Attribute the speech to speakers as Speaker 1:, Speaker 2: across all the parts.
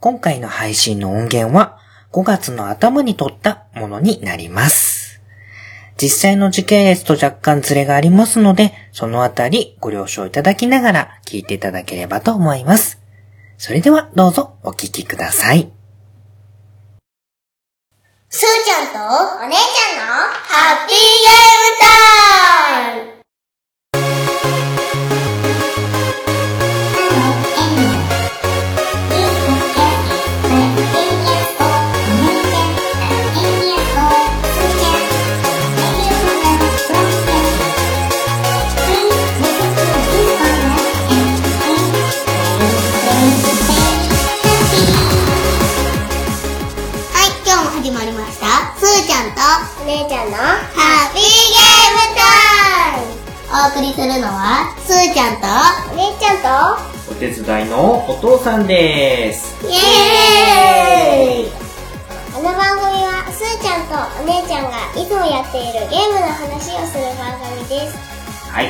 Speaker 1: 今回の配信の音源は5月の頭に撮ったものになります。実際の時系列と若干ズレがありますので、そのあたりご了承いただきながら聞いていただければと思います。それではどうぞお聞きください。
Speaker 2: すーちゃんとお姉ちゃんのハッピーゲームタイムはい、今日も始まりました。すーちゃんとお姉ちゃんのハッピーゲームタイムお送りするのは、すーちゃんとお姉ちゃんと
Speaker 3: お手伝いのお父さんです。
Speaker 2: イエーイこの番組は、すーちゃんとお姉ちゃんがいつもやっているゲームの話をする番組です。
Speaker 3: はい。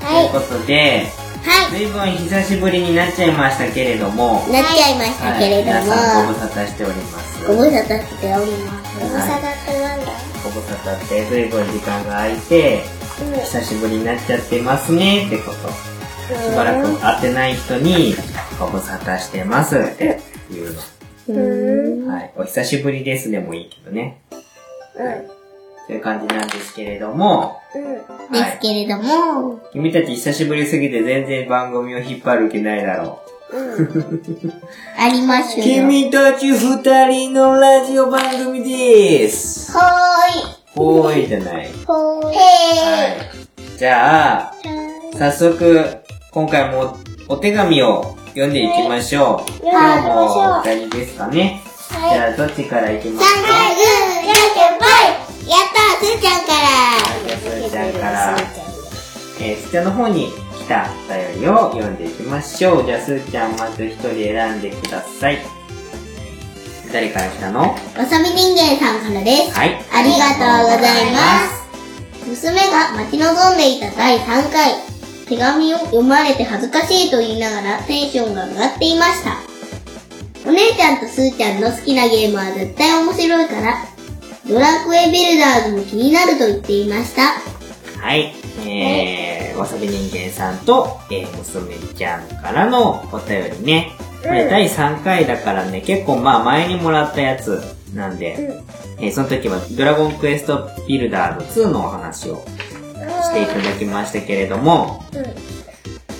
Speaker 2: はい
Speaker 3: ということで、
Speaker 2: は
Speaker 3: 随分久しぶりになっちゃいましたけれども、
Speaker 2: い。なっちゃいましたけれど
Speaker 3: 皆
Speaker 2: も、
Speaker 3: さんご無沙汰しております。
Speaker 2: ご無沙汰しております。
Speaker 3: ご無沙汰
Speaker 2: ってなんだ
Speaker 3: ご無沙汰って随分時間が空いて、
Speaker 2: うん。
Speaker 3: 久しぶりになっちゃってますねってこと。しばらく会ってない人に、ご無沙汰してますっていう
Speaker 2: うん。
Speaker 3: の。はい。お久しぶりですでもいいけどね。
Speaker 2: うん。
Speaker 3: という感じなんですけれども、
Speaker 2: で
Speaker 3: は
Speaker 2: す
Speaker 3: い。
Speaker 2: けれども、
Speaker 3: 君たち久しぶりすぎて全然番組を引っ張る気ないだろう。
Speaker 2: ありますよ。
Speaker 3: 君たち二人のラジオ番組です。
Speaker 2: ほー
Speaker 3: おーいじゃない。
Speaker 2: い。ほーい。へ
Speaker 3: はい。じゃあ、
Speaker 2: ー。
Speaker 3: 早速、今回もお手紙を読んでいきましょう。
Speaker 2: はい
Speaker 3: 今日も二人ですかね。
Speaker 2: はい
Speaker 3: じゃあ、どっちからいきま
Speaker 2: 三
Speaker 3: す
Speaker 2: 回
Speaker 3: か
Speaker 2: グー、じゃんけんぽいやったー、すーちゃんから
Speaker 3: じゃあ、すーちゃんから、えー、すーちゃんの方に来たお便りを読んでいきましょう。じゃあ、すーちゃんまず一人選んでください。誰から来たの
Speaker 2: わさび人間さんからです。
Speaker 3: はい。
Speaker 2: ありがとうございます。娘が待ち望んでいた第3回、手紙を読まれて恥ずかしいと言いながらテンションが上がっていました。お姉ちゃんとすーちゃんの好きなゲームは絶対面白いから、ドラクエビルダーズも気になると言っていました。
Speaker 3: はい。えー、わさび人間さんと、えー、娘ちゃんからのお便りね。これ第3回だからね、結構まあ前にもらったやつなんで、えーその時はドラゴンクエストビルダーズ2のお話をしていただきましたけれども、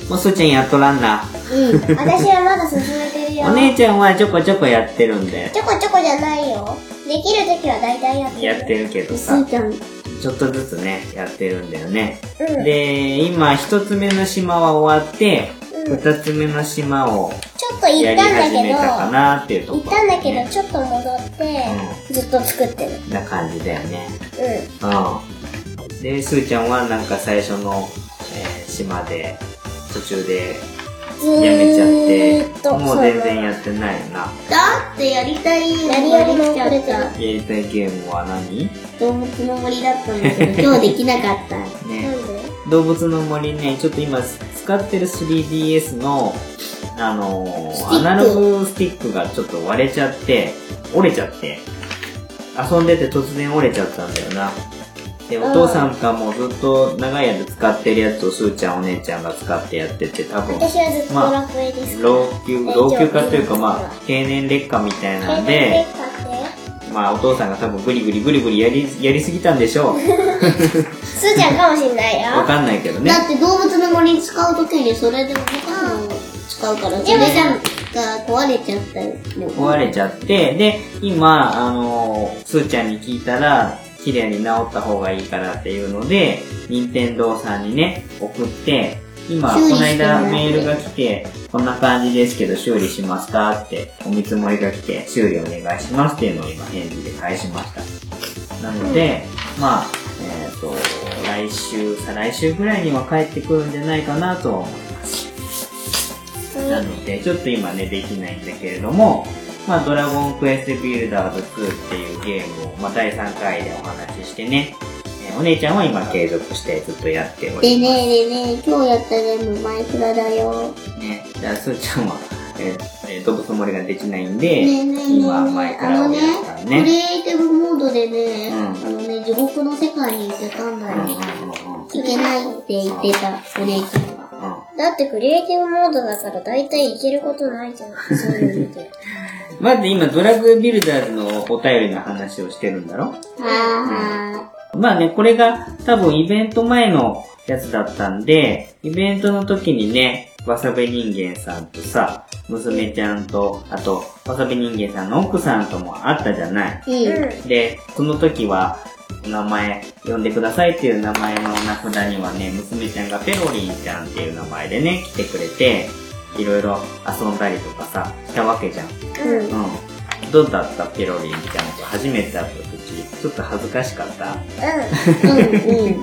Speaker 3: もうすーちゃんやっとらんな。
Speaker 2: うん。私はまだ進めてる
Speaker 3: お姉ちゃんはちょこちょこやってるんで、
Speaker 2: ちょこちょこじゃないよ。できる時は大体やっ
Speaker 3: やってるけど
Speaker 2: すー
Speaker 3: さ、
Speaker 2: ちゃん。うん。
Speaker 3: ちょっとずつね、やってるんだよね。で、今一つ目の島は終わって、
Speaker 2: うん
Speaker 3: 二つ目の島を
Speaker 2: ちょっと
Speaker 3: や
Speaker 2: 行っ
Speaker 3: り
Speaker 2: たんだ
Speaker 3: 始めた
Speaker 2: け
Speaker 3: か
Speaker 2: ど、
Speaker 3: なっていうとこ
Speaker 2: 行
Speaker 3: ろ、
Speaker 2: ったんだけど、ちょっと戻って、ずっと作ってる。
Speaker 3: な感じだよね
Speaker 2: うん。
Speaker 3: うんでスーちゃんはなんか最初の、えー島で途中で
Speaker 2: ず
Speaker 3: やめちゃっ
Speaker 2: ーっと。
Speaker 3: てもう全然やってないよな
Speaker 2: だってやりたいやりやりの遅れてる。
Speaker 3: やりたいゲームは何ね
Speaker 2: 動物の森だったんだけど、今日できなかった。なんで
Speaker 3: 動物の森ねちょっと今使ってる 3DS のあのー
Speaker 2: スティック
Speaker 3: アナログスティックがちょっと割れちゃって折れちゃって遊んでて突然折れちゃったんだよなでお
Speaker 2: うん
Speaker 3: 父さんがもうずっと長い間使ってるやつをすーちゃんお姉ちゃんが使ってやってて多分
Speaker 2: 私はずっとドラクエです。
Speaker 3: 老朽老朽化というかま
Speaker 2: 大丈
Speaker 3: あ経年劣化みたいなん
Speaker 2: で
Speaker 3: で、まあお父さんが多分グリグリグリグリやりやりすぎたんで しょう
Speaker 2: すーちゃんかもしんない
Speaker 3: わ。かんないけどね
Speaker 2: だって動物の森使うときにそれで動かすのを使うから、それが壊れちゃったよ。
Speaker 3: 壊れちゃって、で、今、あのー、すーちゃんに聞いたら、綺麗に治った方がいいからっていうので、任天堂さんにね、送って、今、こ
Speaker 2: 修理
Speaker 3: の
Speaker 2: してもら
Speaker 3: 間
Speaker 2: って
Speaker 3: メールが来て、こんな感じですけど修理しますかって、お見積もりが来て、修理お願いしますっていうのを今返事で返しました。なので、まあ、えっ、と、来週、再来週ぐらいには帰ってくるんじゃないかなとは思います。なので、ちょっと今ね、できないんだけれども、まあ、ドラゴンクエストビルダーズ2っていうゲームを、まあ、第3回でお話ししてね、えーお姉ちゃんは今継続してずっとやってお
Speaker 2: で
Speaker 3: りま
Speaker 2: ねでね今日やったゲームマイクラだよ。
Speaker 3: すね。じゃあ、すーちゃんは、えーえー飛ぶつもりができないんで、
Speaker 2: ねえねえねえ
Speaker 3: 今は前か
Speaker 2: あの
Speaker 3: ら俺
Speaker 2: ね
Speaker 3: ですから、
Speaker 2: クリ
Speaker 3: ね。
Speaker 2: エイティブモードでね、
Speaker 3: うん
Speaker 2: あのね、地獄の世界に行けたんだ
Speaker 3: うんうんうん
Speaker 2: よ。
Speaker 3: うん
Speaker 2: 行けないって言ってた、お姉ちゃんは。
Speaker 3: うん
Speaker 4: だってクリエイティブモードだから大体いけることないじゃん。そういうので。
Speaker 3: まず今、ドラッグビルダーズのお便りの話をしてるんだろ
Speaker 2: は
Speaker 3: まあね、これが多分イベント前のやつだったんで、イベントの時にね、わさべ人間さんとさ、娘ちゃんと、あと、わさべ人間さんの奥さんとも会ったじゃない。
Speaker 2: ーい。うん。
Speaker 3: で、その時は、お名前、呼んでくださいっていう名前の名札にはね、娘ちゃんがペロリンちゃんっていう名前でね、来てくれて、いろいろ遊んだりとかさ、したわけじゃん。
Speaker 4: うん。うん。
Speaker 3: うん。どうだったペロリンちゃんと初めて会った時、ちょっと恥ずかしかった
Speaker 2: うんうん。
Speaker 4: うん。うん。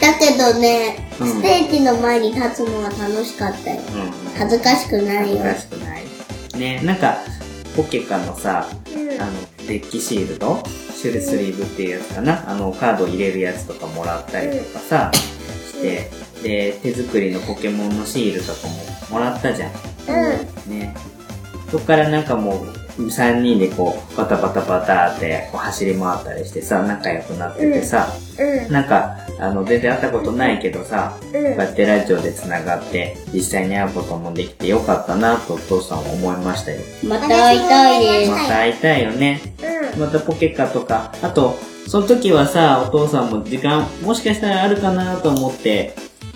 Speaker 2: だけどね、
Speaker 3: うん
Speaker 2: ステージの前に立つのは楽しかったよ。
Speaker 3: うん。
Speaker 2: 恥ずかしくない
Speaker 3: 恥ず
Speaker 2: よ。
Speaker 3: かしくない。ね、なんか、ポケカのさ、
Speaker 4: うん
Speaker 3: あの、デッキシールド、シュルスリーブっていうやつかな、あの、カード入れるやつとかもらったりとかさ、して、で、手作りのポケモンのシールとかももらったじゃん。ね。そっからなんかもう、3人でこう、バタバタバタってこう走り回ったりしてさ、仲良くなっててさ、
Speaker 4: うん。
Speaker 3: なんか、あの、全然会ったことないけどさ、
Speaker 4: うん
Speaker 3: こうやってラジオで繋がって、実際に会うこともできてよかったなとお父さんは思いましたよ。
Speaker 2: また会いたいです
Speaker 3: ま。た会いたいよね。
Speaker 4: う
Speaker 3: またポケカとか、あと、その時はさ、お父さんも時間、もしかしたらあるかなと思って、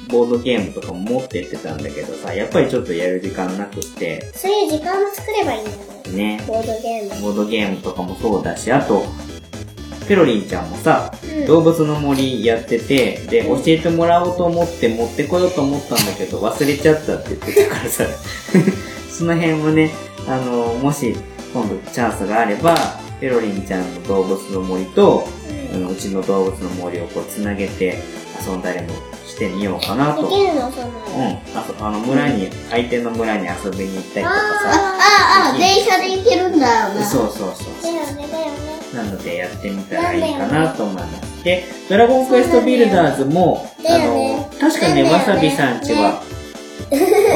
Speaker 3: ボードゲームとかも持ってってたんだけどさ、やっぱりちょっとやる時間なくって、
Speaker 4: ん。そういう時間を作ればいいんだよね。
Speaker 3: ね。
Speaker 4: ボードゲーム。
Speaker 3: ボードゲームとかもそうだし、あと、ペロリンちゃんもさ、
Speaker 4: うん
Speaker 3: 動物の森やってて、で、教えてもらおうと思って持ってこようと思ったんだけど、忘れちゃったって言ってたからさ、 その辺もね、あの、もし今度チャンスがあれば、ペロリンちゃんの動物の森と、あのうちの動物の森をこう繋げて遊んだりもしてみようかな
Speaker 4: で
Speaker 3: と。
Speaker 4: きるのそ
Speaker 3: うん。
Speaker 4: の。
Speaker 3: あと、あの、村に、相手の村に遊びに行ったりとかさ。
Speaker 2: ああ、あ、電車で行けるんだよな。
Speaker 3: そうそうそう。
Speaker 4: だよね、だよね。
Speaker 3: なのでやってみたらいいかなと思います。で、ドラゴンクエストビルダーズも、
Speaker 4: だ
Speaker 3: あ
Speaker 4: よね
Speaker 3: の、確かね、
Speaker 4: だよね
Speaker 3: わさびさんちは、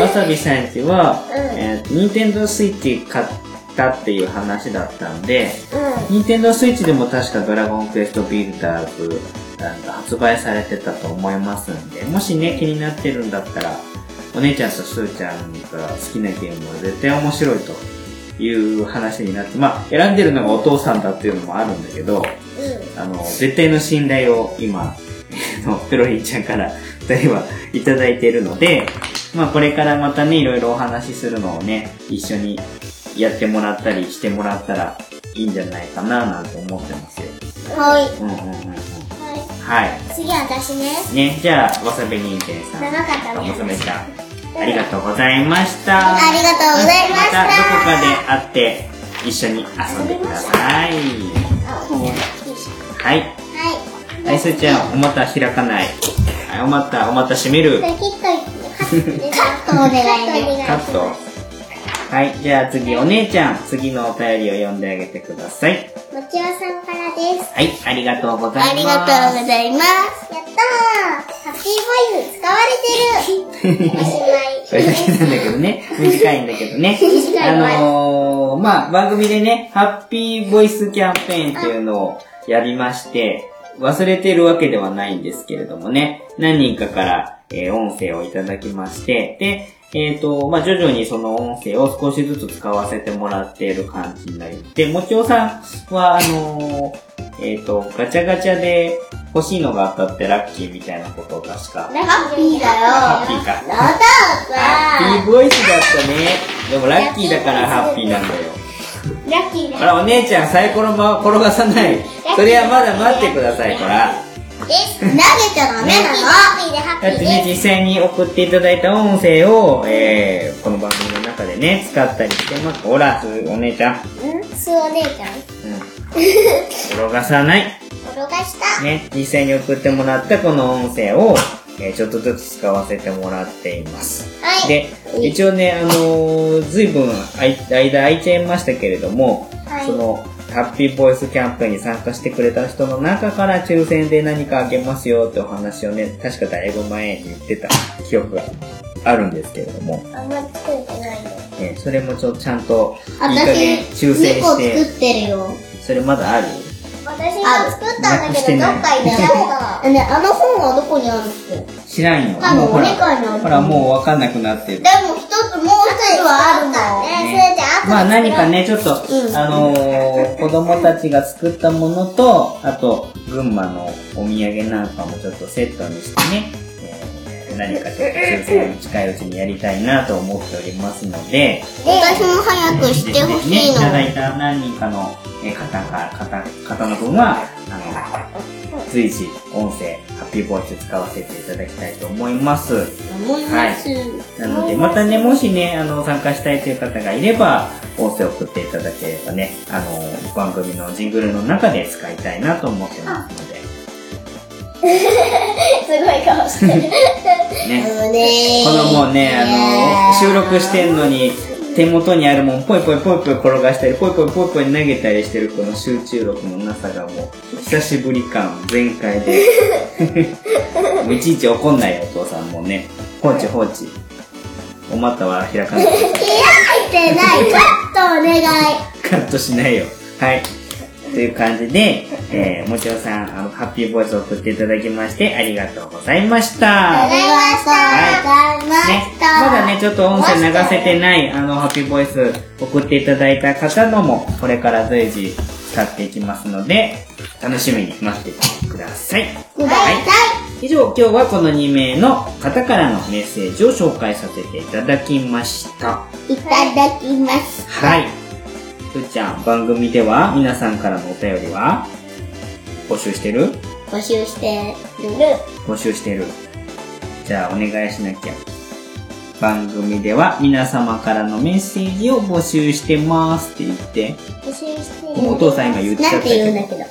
Speaker 3: わさびさんちは、
Speaker 4: うん
Speaker 3: えー、ニンテンドースイッチ買ったっていう話だったんで、
Speaker 4: うん。
Speaker 3: ニンテンドースイッチでも確かドラゴンクエストビルダーズ、なんか発売されてたと思いますんで、もしね、気になってるんだったら、お姉ちゃんとすーちゃんが好きなゲームは絶対面白いという話になって、まあ、選んでるのがお父さんだっていうのもあるんだけど、あの、絶対の信頼を今、 あのペロリンちゃんから二人はいただいているので、まあこれからまたね、いろいろお話しするのをね、一緒にやってもらったりしてもらったらいいんじゃないかななんて思ってますよ。
Speaker 2: はい。
Speaker 3: うんうんうんうん。
Speaker 4: は。
Speaker 3: はい
Speaker 4: 次私ね。
Speaker 3: い。ね、じゃあ、わさび人間さん。
Speaker 4: 長かったね
Speaker 3: お娘ちゃん。ありがとうございました。
Speaker 2: ありがとうございまし
Speaker 3: またどこ
Speaker 2: た。
Speaker 3: かで会って、一緒に遊んでください。は
Speaker 2: は
Speaker 3: い。
Speaker 2: い。
Speaker 3: はい、すーちゃん、お股開かない。はい、お股、お股閉める。
Speaker 4: で、きっと、
Speaker 2: カットお願いね。
Speaker 3: カット。はい、じゃあ次、お姉ちゃん、次のお便りを読んであげてください。
Speaker 4: もちおさんからです。
Speaker 3: はい、ありがとうございます。
Speaker 2: ありがとうございます。
Speaker 4: やったーハッピーボイス使われてるおし
Speaker 3: これだけなんだけどね。短いんだけどね。あのー、まあ、番組でね、ハッピーボイスキャンペーンっていうのをやりまして、忘れてるわけではないんですけれどもね、何人かから、えー音声をいただきまして、で、えっ、と、まあ、徐々にその音声を少しずつ使わせてもらっている感じになります。で、もちおさんは、あのー、えっ、と、ガチャガチャで欲しいのが当たってラッキーみたいなことを確か、
Speaker 2: ハッピーだ
Speaker 3: ハッ
Speaker 2: よ。
Speaker 3: ピーか。
Speaker 2: だだ
Speaker 3: ハ
Speaker 2: だ。
Speaker 3: ッピーボイスだったね。でもラッキーだからハッピーなんだよ。
Speaker 4: いラッキー
Speaker 3: ほら、お姉ちゃんサイコロま転がさない。それはまだ待ってください、ほら。
Speaker 4: です。
Speaker 2: 投げちゃダメなの。
Speaker 4: ハッピーでハッピ
Speaker 3: だっ
Speaker 4: ー
Speaker 3: て
Speaker 4: で
Speaker 3: ね、実際に送っていただいた音声を、えー、この番組の中でね、使ったりしてます。ほら、すお姉ちゃん。うん。
Speaker 4: す。すお姉ちゃん
Speaker 3: 転がさない。
Speaker 4: 転がした。
Speaker 3: ね、実際に送ってもらったこの音声を、えーちょっとずつ使わせてもらっています。
Speaker 4: はい
Speaker 3: で、一応ね、あのー、ずいぶん間空いちゃいましたけれども、
Speaker 4: はい
Speaker 3: その、ハッピーボイスキャンペーンに参加してくれた人の中から抽選で何かあげますよってお話をね、確かだいぶ前に言ってた記憶があるんですけれども、
Speaker 4: あんまり作れてないよ。
Speaker 3: えーそれもちょ、ちゃんと、いい加
Speaker 2: 私
Speaker 3: 減、修
Speaker 2: 2個
Speaker 3: 正し
Speaker 2: 作
Speaker 3: て、
Speaker 2: ってるよ。
Speaker 3: それまだある
Speaker 4: 私が作ったんだけど、どっか行っちゃっ
Speaker 2: ね、あの本はどこにあるっけで
Speaker 3: 知らんよ。
Speaker 2: 多分
Speaker 3: もうほら、
Speaker 2: お願いなんだ
Speaker 3: ほら、もうわかんなくなってる。
Speaker 2: も一つ、もう一つはあるんだ
Speaker 4: た。
Speaker 2: よ。
Speaker 4: ね、それじゃあ、
Speaker 3: まあ何かね、ちょっと、
Speaker 2: うん
Speaker 3: あのー子供たちが作ったものと、あと、群馬のお土産なんかもちょっとセットにしてね、えー何かちょっと抽選に近いうちにやりたいなと思っておりますので、
Speaker 2: 私も早くしてほしい
Speaker 3: ぜひねいただ
Speaker 2: の。
Speaker 3: いた何人かのえー方か、方、方の分は、あの、随時音声、ハッピーボイス使わせていただきたいと思います。
Speaker 2: 思います。
Speaker 3: なので、またね、もしね、あの、参加したいという方がいれば、音声を送っていただければね、あの、番組のジングルの中で使いたいなと思ってますので、
Speaker 4: すごい顔してる。
Speaker 3: ね。
Speaker 2: ね
Speaker 3: このもうね、あの、収録してんのに、手元にあるもん、ぽいぽいぽいぽい転がしたり、ぽいぽいぽいぽい投げたりしてる、この集中力のなさがもう、久しぶり感全開で、もういちいち怒んないよ、お父さんもうね。放置放置。お股は開かない。
Speaker 2: 入ってない。カットお願い。
Speaker 3: カットしないよ。はい。という感じで、えー、もちろさん、あの、ハッピーボイスを送っていただきまして、ありがとうございました。ね。
Speaker 2: ありがとうございました。
Speaker 3: まだね、ちょっと音声流せてない、あの、ハッピーボイス送っていただいた方のも、これから随時使っていきますので、楽しみに待っててください。
Speaker 2: ください。
Speaker 3: 以上、今日はこの2名の方からのメッセージを紹介させていただきました。
Speaker 2: いただきます。
Speaker 3: はい。ふーちゃん、番組では皆さんからのお便りは募集してる
Speaker 2: 募集してる。
Speaker 3: 募集してる。じゃあ、お願いしなきゃ。番組では皆様からのメッセージを募集してますって言って、
Speaker 4: 募集して
Speaker 3: もうお父さん今言っちゃっ
Speaker 2: な
Speaker 3: た
Speaker 2: んて言う
Speaker 3: け
Speaker 2: んだ
Speaker 3: ど、
Speaker 2: けど。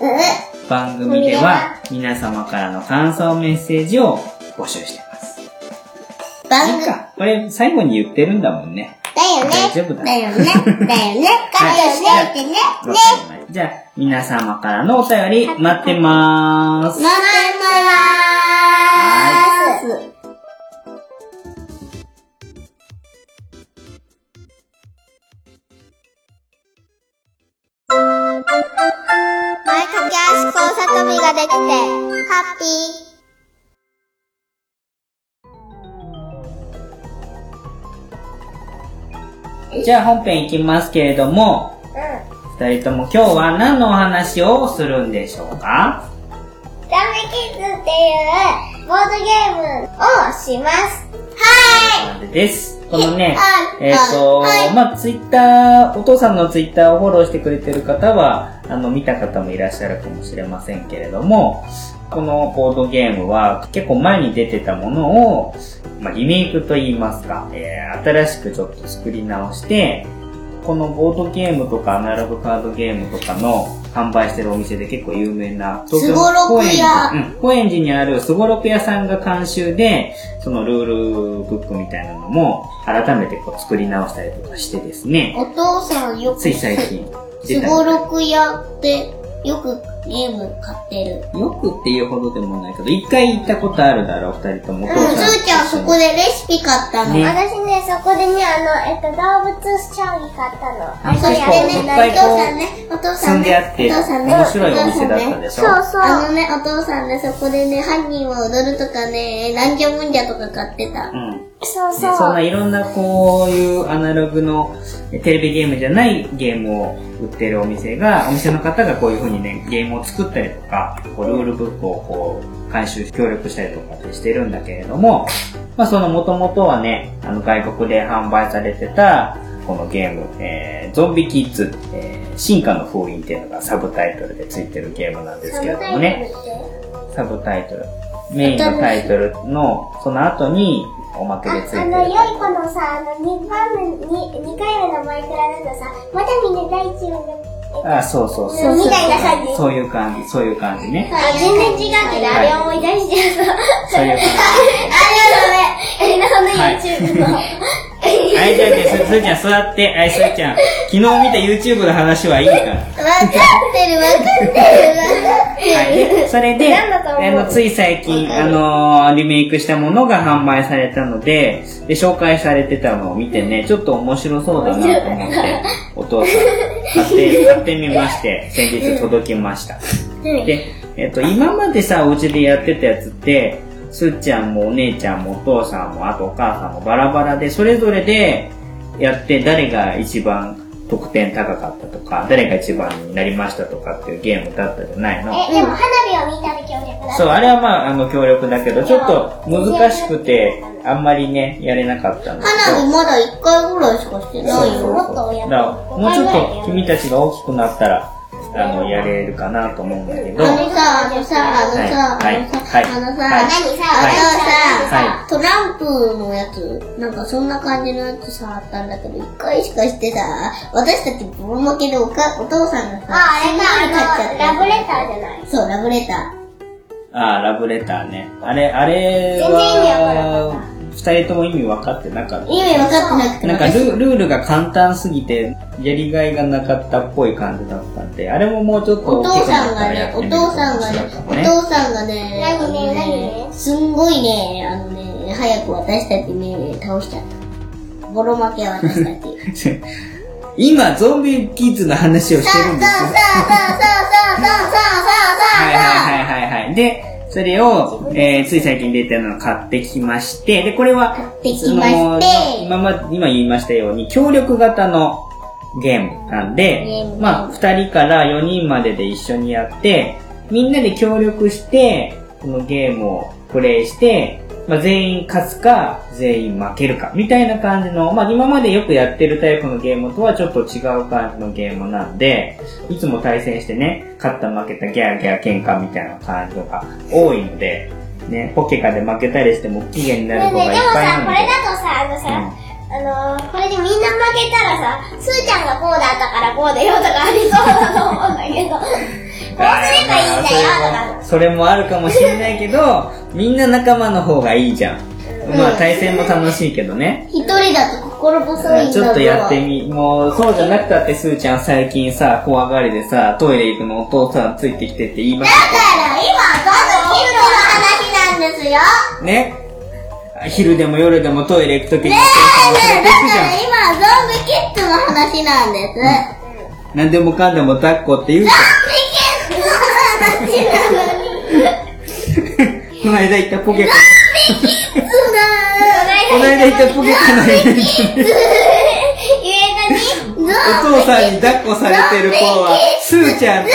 Speaker 2: うんうん
Speaker 3: 番組では皆様からの感想メッセージを募集してます。
Speaker 2: 番
Speaker 3: いい
Speaker 2: 組。
Speaker 3: か、これ最後に言ってるんだもんね。
Speaker 2: だよ
Speaker 3: 大丈
Speaker 2: ね。
Speaker 3: 夫だ。
Speaker 2: だよね。だ よね。カットしていてね。
Speaker 3: わかりましたじゃあ、皆様からのお便り待ってまー
Speaker 2: 待って
Speaker 3: す。
Speaker 2: まーす。
Speaker 4: 前掛け足交差跳びができて、ハッピー。
Speaker 3: じゃあ本編いきますけれども、二人とも今日は何のお話をするんでしょうか
Speaker 4: ダメキッズっていうボードゲームをします。
Speaker 3: なんでです。このね、
Speaker 4: はい
Speaker 3: えっ、と、まあ、ツイッター、お父さんのツイッターをフォローしてくれてる方は、あの、見た方もいらっしゃるかもしれませんけれども、このボードゲームは結構前に出てたものを、まあ、リメイクと言いますか、えー新しくちょっと作り直して、このボードゲームとかアナログカードゲームとかの販売してるお店で結構有名な、
Speaker 2: すごろく屋
Speaker 3: 高円寺うん高円寺にあるすごろく屋さんが監修で、そのルールブックみたいなのも改めてこう作り直したりとかしてですね、
Speaker 2: お父さんよく、
Speaker 3: つい最
Speaker 2: す
Speaker 3: 近出た
Speaker 2: ごろく屋ってよくゲーム買ってる。
Speaker 3: よくっていうほどでもないけど、一回行ったことあるだろう、二人とも。お
Speaker 2: うん、
Speaker 3: 父さん
Speaker 2: すーちゃんそこでレシピ買ったの。
Speaker 3: ね
Speaker 4: 私ね、そこでね、あの、えっと、動物将棋買ったの。
Speaker 3: あ
Speaker 2: そしてね、
Speaker 3: い
Speaker 2: お
Speaker 3: っ
Speaker 2: 父
Speaker 3: ぱいこう
Speaker 2: さんね、お父さ
Speaker 3: 住
Speaker 2: ん
Speaker 3: んであ
Speaker 2: ね
Speaker 3: っ、
Speaker 2: お
Speaker 3: て、
Speaker 2: 父さんね、
Speaker 3: 面白いお店
Speaker 2: お
Speaker 3: だ
Speaker 2: 父さ
Speaker 3: った
Speaker 2: んね。
Speaker 3: でしょ
Speaker 4: そうそう。
Speaker 2: あのね、お父さんね、そこでね、犯人は踊るとかね、なんじゃもんじゃとか買ってた。
Speaker 3: うん。
Speaker 4: そう
Speaker 3: でそん
Speaker 4: そ
Speaker 3: な
Speaker 4: う。
Speaker 3: いろんなこういうアナログのえテレビゲームじゃないゲームを売ってるお店が、お店の方がこういう風にね、ゲームを作ったりとか、こうルールブックをこう、監修、協力したりとかってしてるんだけれども、まあその元々はね、あの外国で販売されてた、このゲーム、えー、ゾンビキッズ、えー進化の封印っていうのがサブタイトルでついてるゲームなんですけれどもね。サブタイトル。メインのタイトルの、その後に、おまけ
Speaker 4: あ
Speaker 3: でついて
Speaker 4: あ
Speaker 3: る。
Speaker 4: の、良い子のさ、あの、2番目、に2回目のマイクラだとさ、またみんな第1話
Speaker 3: あ、そうそうそう。
Speaker 4: の、みたいな感じ。
Speaker 3: そういう感じ、そういう感じね。
Speaker 4: あ全然違うけど、あれ思い出してる。
Speaker 3: そういう
Speaker 4: あ
Speaker 3: 感
Speaker 4: れはダメ。え、なんで YouTube の。
Speaker 3: あいちゃん、あいちゃん、すーちゃん座って、あいすーちゃん。昨日見た YouTube の話はいいから。
Speaker 2: わかってるわかってるわかってる。
Speaker 3: はいで、それで、
Speaker 4: なんだと
Speaker 3: あ
Speaker 4: 思う
Speaker 3: の、つい最近、あのーリメイクしたものが販売されたので、で、紹介されてたのを見てね、ちょっと面白そうだなと思って、お父さん、買って、買ってみまして、先日届きました。で、えっ、と、今までさ、お家でやってたやつって、すっちゃんもお姉ちゃんもお父さんも、あとお母さんもバラバラで、それぞれでやって、誰が一番得点高かったとか、誰が一番になりましたとかっていうゲームだったじゃないの。
Speaker 4: え、でも花火をみんなで協力だ。
Speaker 3: そう、あれはまあ、あの、協力だけど、ちょっと難しくて、あんまりね、やれなかったんだけど。
Speaker 2: 花火まだ一回ぐらいしかして
Speaker 3: そ
Speaker 2: な
Speaker 3: う
Speaker 2: い
Speaker 3: そう
Speaker 2: よ。
Speaker 3: そう。だから、もうちょっと君たちが大きくなったら、あの、やれるかなと思うんだけど。
Speaker 2: あのさ、あのさ、あのさ、
Speaker 3: はい
Speaker 2: あのさ、
Speaker 3: はい
Speaker 2: あのさ、
Speaker 3: はい
Speaker 4: 何さ、
Speaker 3: はい
Speaker 2: あのさ、
Speaker 3: は
Speaker 2: トランプのやつなんかそんな感じのやつさ、あったんだけど、一回しかしてさ、私たちボロ負けでおかお父さんがさ、
Speaker 4: あ、あれ
Speaker 2: 勝っちゃっ
Speaker 4: か、あの、
Speaker 2: て
Speaker 4: ラブレターじゃない。
Speaker 2: そう、ラブレタ
Speaker 3: ああ、ラブレターね。あれ、あれは、二人とも意味分かってなかっ
Speaker 2: ー。意味分かってなく
Speaker 3: た。
Speaker 2: て、
Speaker 3: なんか
Speaker 2: 私
Speaker 3: ル、ルールが簡単すぎて、やりがいがなかったっぽい感じだったんで、あれももうちょっと
Speaker 2: お父
Speaker 3: 大きくな
Speaker 2: さん
Speaker 3: った
Speaker 2: が
Speaker 3: らや
Speaker 2: ね
Speaker 3: っ、て
Speaker 2: お
Speaker 3: みる
Speaker 2: 父さんがね、お
Speaker 3: お父
Speaker 2: 父さんがね、
Speaker 4: 何ね何ね
Speaker 2: すんごいね、あのね、早く私たちね、倒しちゃった。ボロ負けは私たち。
Speaker 3: さんが。 今、ゾンビキッズの話をしてるんですよ。はいはいはいはいはい。で、それを、えー、つい最近出たのを買ってきまして、で、これは、
Speaker 2: ってきまして、
Speaker 3: 今ま、今言いましたように、協力型のゲームなんで
Speaker 2: ゲーム、
Speaker 3: まあ、2人から4人までで一緒にやって、みんなで協力して、このゲームをプレイして、まあ、全員勝つか、全員負けるか、みたいな感じの、まあ、今までよくやってるタイプのゲームとはちょっと違う感じのゲームなんで、いつも対戦してね、勝った負けたギャーギャー喧嘩みたいな感じのが多いので、ね、ポケカで負けたりしても不機嫌になる
Speaker 4: ね
Speaker 3: 子
Speaker 4: ね
Speaker 3: がいっ
Speaker 4: でも
Speaker 3: ぱい
Speaker 4: さ、
Speaker 3: な
Speaker 4: こ
Speaker 3: の
Speaker 4: れ
Speaker 3: で。
Speaker 4: だとさ、あの
Speaker 3: う
Speaker 4: さ
Speaker 3: ん、
Speaker 4: あのー、これでみんな負けたらさ、すーちゃんがこうだったからこうだよとかありそうだと思うんだけど、こうすればいいんだよとか。
Speaker 3: それもあるかもしれないけど、みんな仲間の方がいいじゃん。まあ対戦も楽しいけどね。
Speaker 2: 一人だと心細いんだ
Speaker 3: ちょっとやってみ、もうそうじゃなくたってすーちゃん最近さ、怖がりでさ、トイレ行くのお父さんついてきてって言いまし
Speaker 2: だから今、ゾンビキッズの話なんですよ。
Speaker 3: た。ね昼でも夜でもトイレ行くときに。
Speaker 2: だから今、ゾンビキッズの話なんです。
Speaker 3: 何でもかんでも抱っこって言うじ
Speaker 2: ゾンビキッズの話なのに。
Speaker 3: ゃん。この間行ったポケカ
Speaker 2: そうだ
Speaker 3: の、この間行ったポケカのイベント
Speaker 4: ゆえなに
Speaker 2: ゾンビ
Speaker 3: お父さんに抱っこされてる子は、すーちゃんと、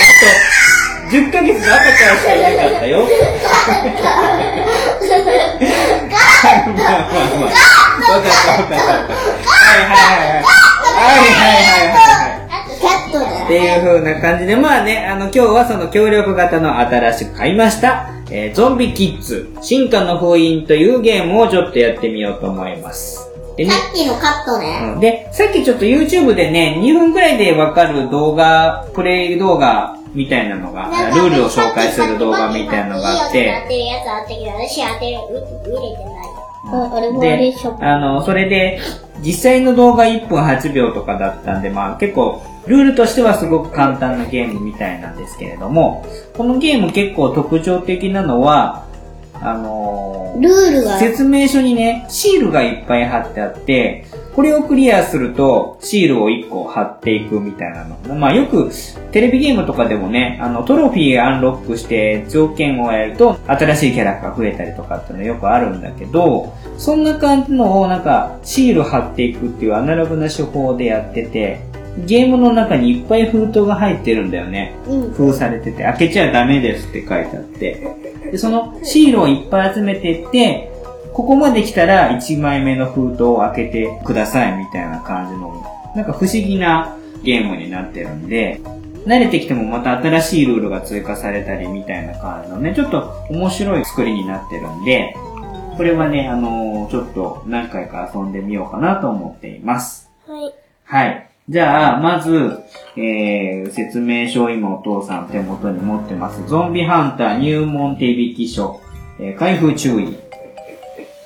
Speaker 3: 10ヶ月の赤ちゃんしかいなかったよ。まあまあまあ。わかったわかったわかった。はいはいはいはい。はいはいはいはい。
Speaker 2: キャットだ
Speaker 3: っていう風な感じで、まあね、あの、今日はその協力型の新しく買いました、えーゾンビキッズ、進化の封印というゲームをちょっとやってみようと思います。でね
Speaker 2: さ、っきのカットね。
Speaker 3: うんで、さっきちょっと YouTube でね、2分くらいでわかる動画、プレイ動画みたいなのが、ルールを紹介する動画みたいなのがあっ、
Speaker 4: いいよなっててるやつあったけど、私当てる、見見れてない。
Speaker 2: ああれもあれ
Speaker 3: で
Speaker 2: でしょ、。
Speaker 3: あの、それで、実際の動画1分8秒とかだったんで、まあ結構、ルールとしてはすごく簡単なゲームみたいなんですけれども、このゲーム結構特徴的なのは、あのー
Speaker 2: ルールが。
Speaker 3: 説明書にね、シールがいっぱい貼ってあって、これをクリアすると、シールを1個貼っていくみたいなの。まあよく、テレビゲームとかでもね、あの、トロフィーアンロックして条件をやると、新しいキャラが増えたりとかっていうのよくあるんだけど、そんな感じのをなんか、シール貼っていくっていうアナログな手法でやってて、ゲームの中にいっぱい封筒が入ってるんだよね。
Speaker 2: うん。
Speaker 3: 封されてて、開けちゃダメですって書いてあって、でそのシールをいっぱい集めてって、ここまで来たら1枚目の封筒を開けてくださいみたいな感じの、なんか不思議なゲームになってるんで、慣れてきてもまた新しいルールが追加されたりみたいな感じのね、ちょっと面白い作りになってるんで、これはね、あのーちょっと何回か遊んでみようかなと思っています。
Speaker 4: はい。
Speaker 3: はい。じゃあ、まず、えー、説明書を今お父さん手元に持ってます。ゾンビハンター入門手引き書、えー開封注意。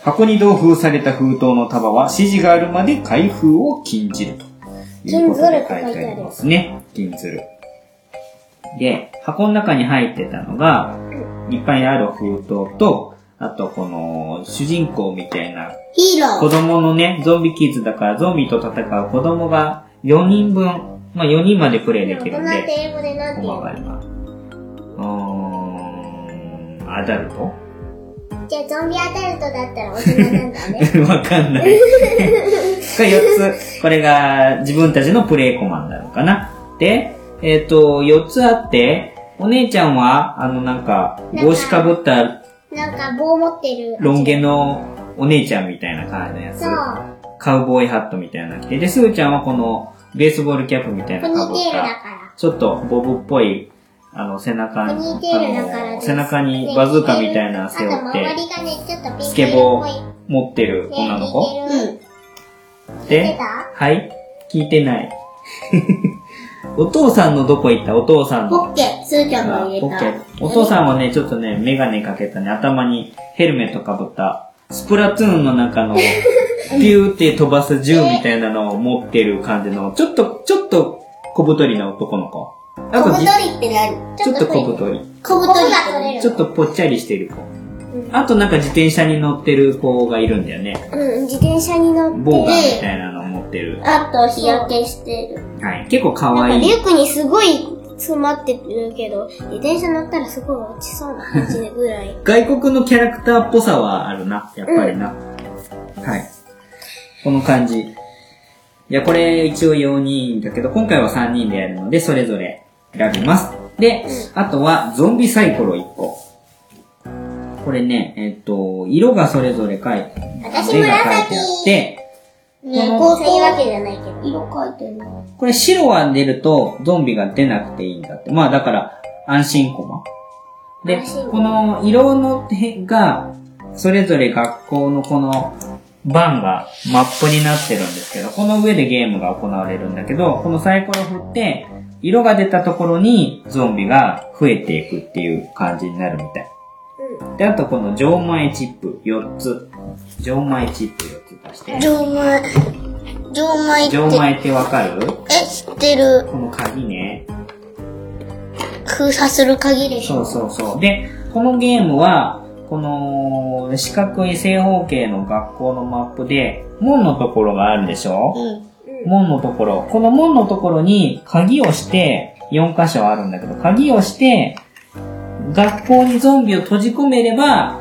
Speaker 3: 箱に同封された封筒の束は指示があるまで開封を禁じると。いうことで書いてありますね。禁ずる。で、箱の中に入ってたのが、いっぱいある封筒と、あとこの、主人公みたいな
Speaker 2: ヒーロ
Speaker 3: 子
Speaker 2: ー。
Speaker 3: 供のね、ゾンビキッズだからゾンビと戦う子供が4人分、まあ4人までプレイで
Speaker 4: 大
Speaker 3: きるん
Speaker 4: 人って
Speaker 3: で、
Speaker 4: 英語でなんて言う
Speaker 3: 細かいな。うーん、アダルト
Speaker 4: のじゃあゾンビアダルトだったら大人なんだね。
Speaker 3: わかんない。これ4つ。これが自分たちのプレイコマンなのかな。で、えっ、と、4つあって、お姉ちゃんは、あのなんか、帽子かぶった
Speaker 4: なんか棒持ってる。
Speaker 3: ロン毛のお姉ちゃんみたいな感じのやつ
Speaker 4: そ。う。
Speaker 3: カウボーイハットみたいなの着て、で、スーちゃんはこの、ベースボールキャップみたい
Speaker 4: ポ
Speaker 3: な
Speaker 4: ニ
Speaker 3: のか
Speaker 4: ー
Speaker 3: ぶ
Speaker 4: テ
Speaker 3: っ
Speaker 4: ールだ
Speaker 3: た、
Speaker 4: か
Speaker 3: ちょっとボブっぽい、あの、背中
Speaker 4: ポ
Speaker 3: に、
Speaker 4: ニーテールだから
Speaker 3: あの
Speaker 4: です
Speaker 3: 背中
Speaker 4: ら。
Speaker 3: にバズーカみたいなの背負っ
Speaker 4: あと周
Speaker 3: て、
Speaker 4: りがね、ちょっとピンク色っぽい。
Speaker 3: スケボー持ってる
Speaker 4: ね
Speaker 3: 女の子。
Speaker 4: 似てる。出
Speaker 3: で
Speaker 4: た、
Speaker 3: はい聞いてない。 お父さんのどこ行ったお父さん
Speaker 2: ポ
Speaker 3: の。
Speaker 2: ッケ、スーちゃんが
Speaker 3: あ
Speaker 2: 入れ
Speaker 3: オッケ
Speaker 2: た
Speaker 3: ー。お父さんはね、ちょっとね、メガネかけたね、頭にヘルメットかぶった、スプラトゥーンの 中の、ピューって飛ばす銃みたいなのを持ってる感じの、ちょっと、ちょっと、小太りな男の子。あ
Speaker 2: 小
Speaker 3: と
Speaker 2: 太
Speaker 3: じ、
Speaker 2: りって何
Speaker 3: ちょっと小太り。
Speaker 2: 小
Speaker 4: 音
Speaker 2: 太り
Speaker 4: が
Speaker 2: って
Speaker 4: 取
Speaker 2: 何
Speaker 4: れる。
Speaker 3: ちょっとぽっちゃりしてる子。
Speaker 4: ん
Speaker 3: あとなんか自転車に乗ってる子がいるんだよね。
Speaker 4: うん、自転車に乗って。
Speaker 3: ボーガンみたいなのを持ってる。
Speaker 2: あと日焼けしてる。
Speaker 3: はい。結構可
Speaker 4: なんか
Speaker 3: 愛い。。
Speaker 4: リュックにすごい詰まってるけど、自転車乗ったらすごい落ちそうな感じぐらい
Speaker 3: 外国のキャラクターっぽさはあるな、やっぱりな。はい。この感じ。いや、これ一応4人だけど、今回は3人でやるので、それぞれ選びます。で、あとはゾンビサイコロ1個。これね、えっと、色がそれぞれ書いて、
Speaker 4: 私
Speaker 3: 絵が書いてあって、
Speaker 2: ね
Speaker 3: この
Speaker 2: こう
Speaker 4: そういうわけじゃないけど。
Speaker 2: 色変えてるの。
Speaker 3: これ白は出るとゾンビが出なくていいんだって。まあだから安心コマ。で
Speaker 4: 安心、コ
Speaker 3: この色の辺が、それぞれ学校のこの番がマップになってるんですけど、この上でゲームが行われるんだけど、このサイコロ振って、色が出たところにゾンビが増えていくっていう感じになるみたい。で、あとこの錠前チップ4つ。錠前チップ4つ出して。
Speaker 2: 錠前。錠前
Speaker 3: 錠前ってわかる
Speaker 2: え、知ってる。
Speaker 3: この鍵ね。
Speaker 2: 封鎖する鍵で
Speaker 3: そうそうそう。で、このゲームは、この四角い正方形の学校のマップで、門のところがあるでしょ
Speaker 2: うん。
Speaker 3: 門のところ。この門のところに鍵をして、4箇所あるんだけど、鍵をして、学校にゾンビを閉じ込めれば、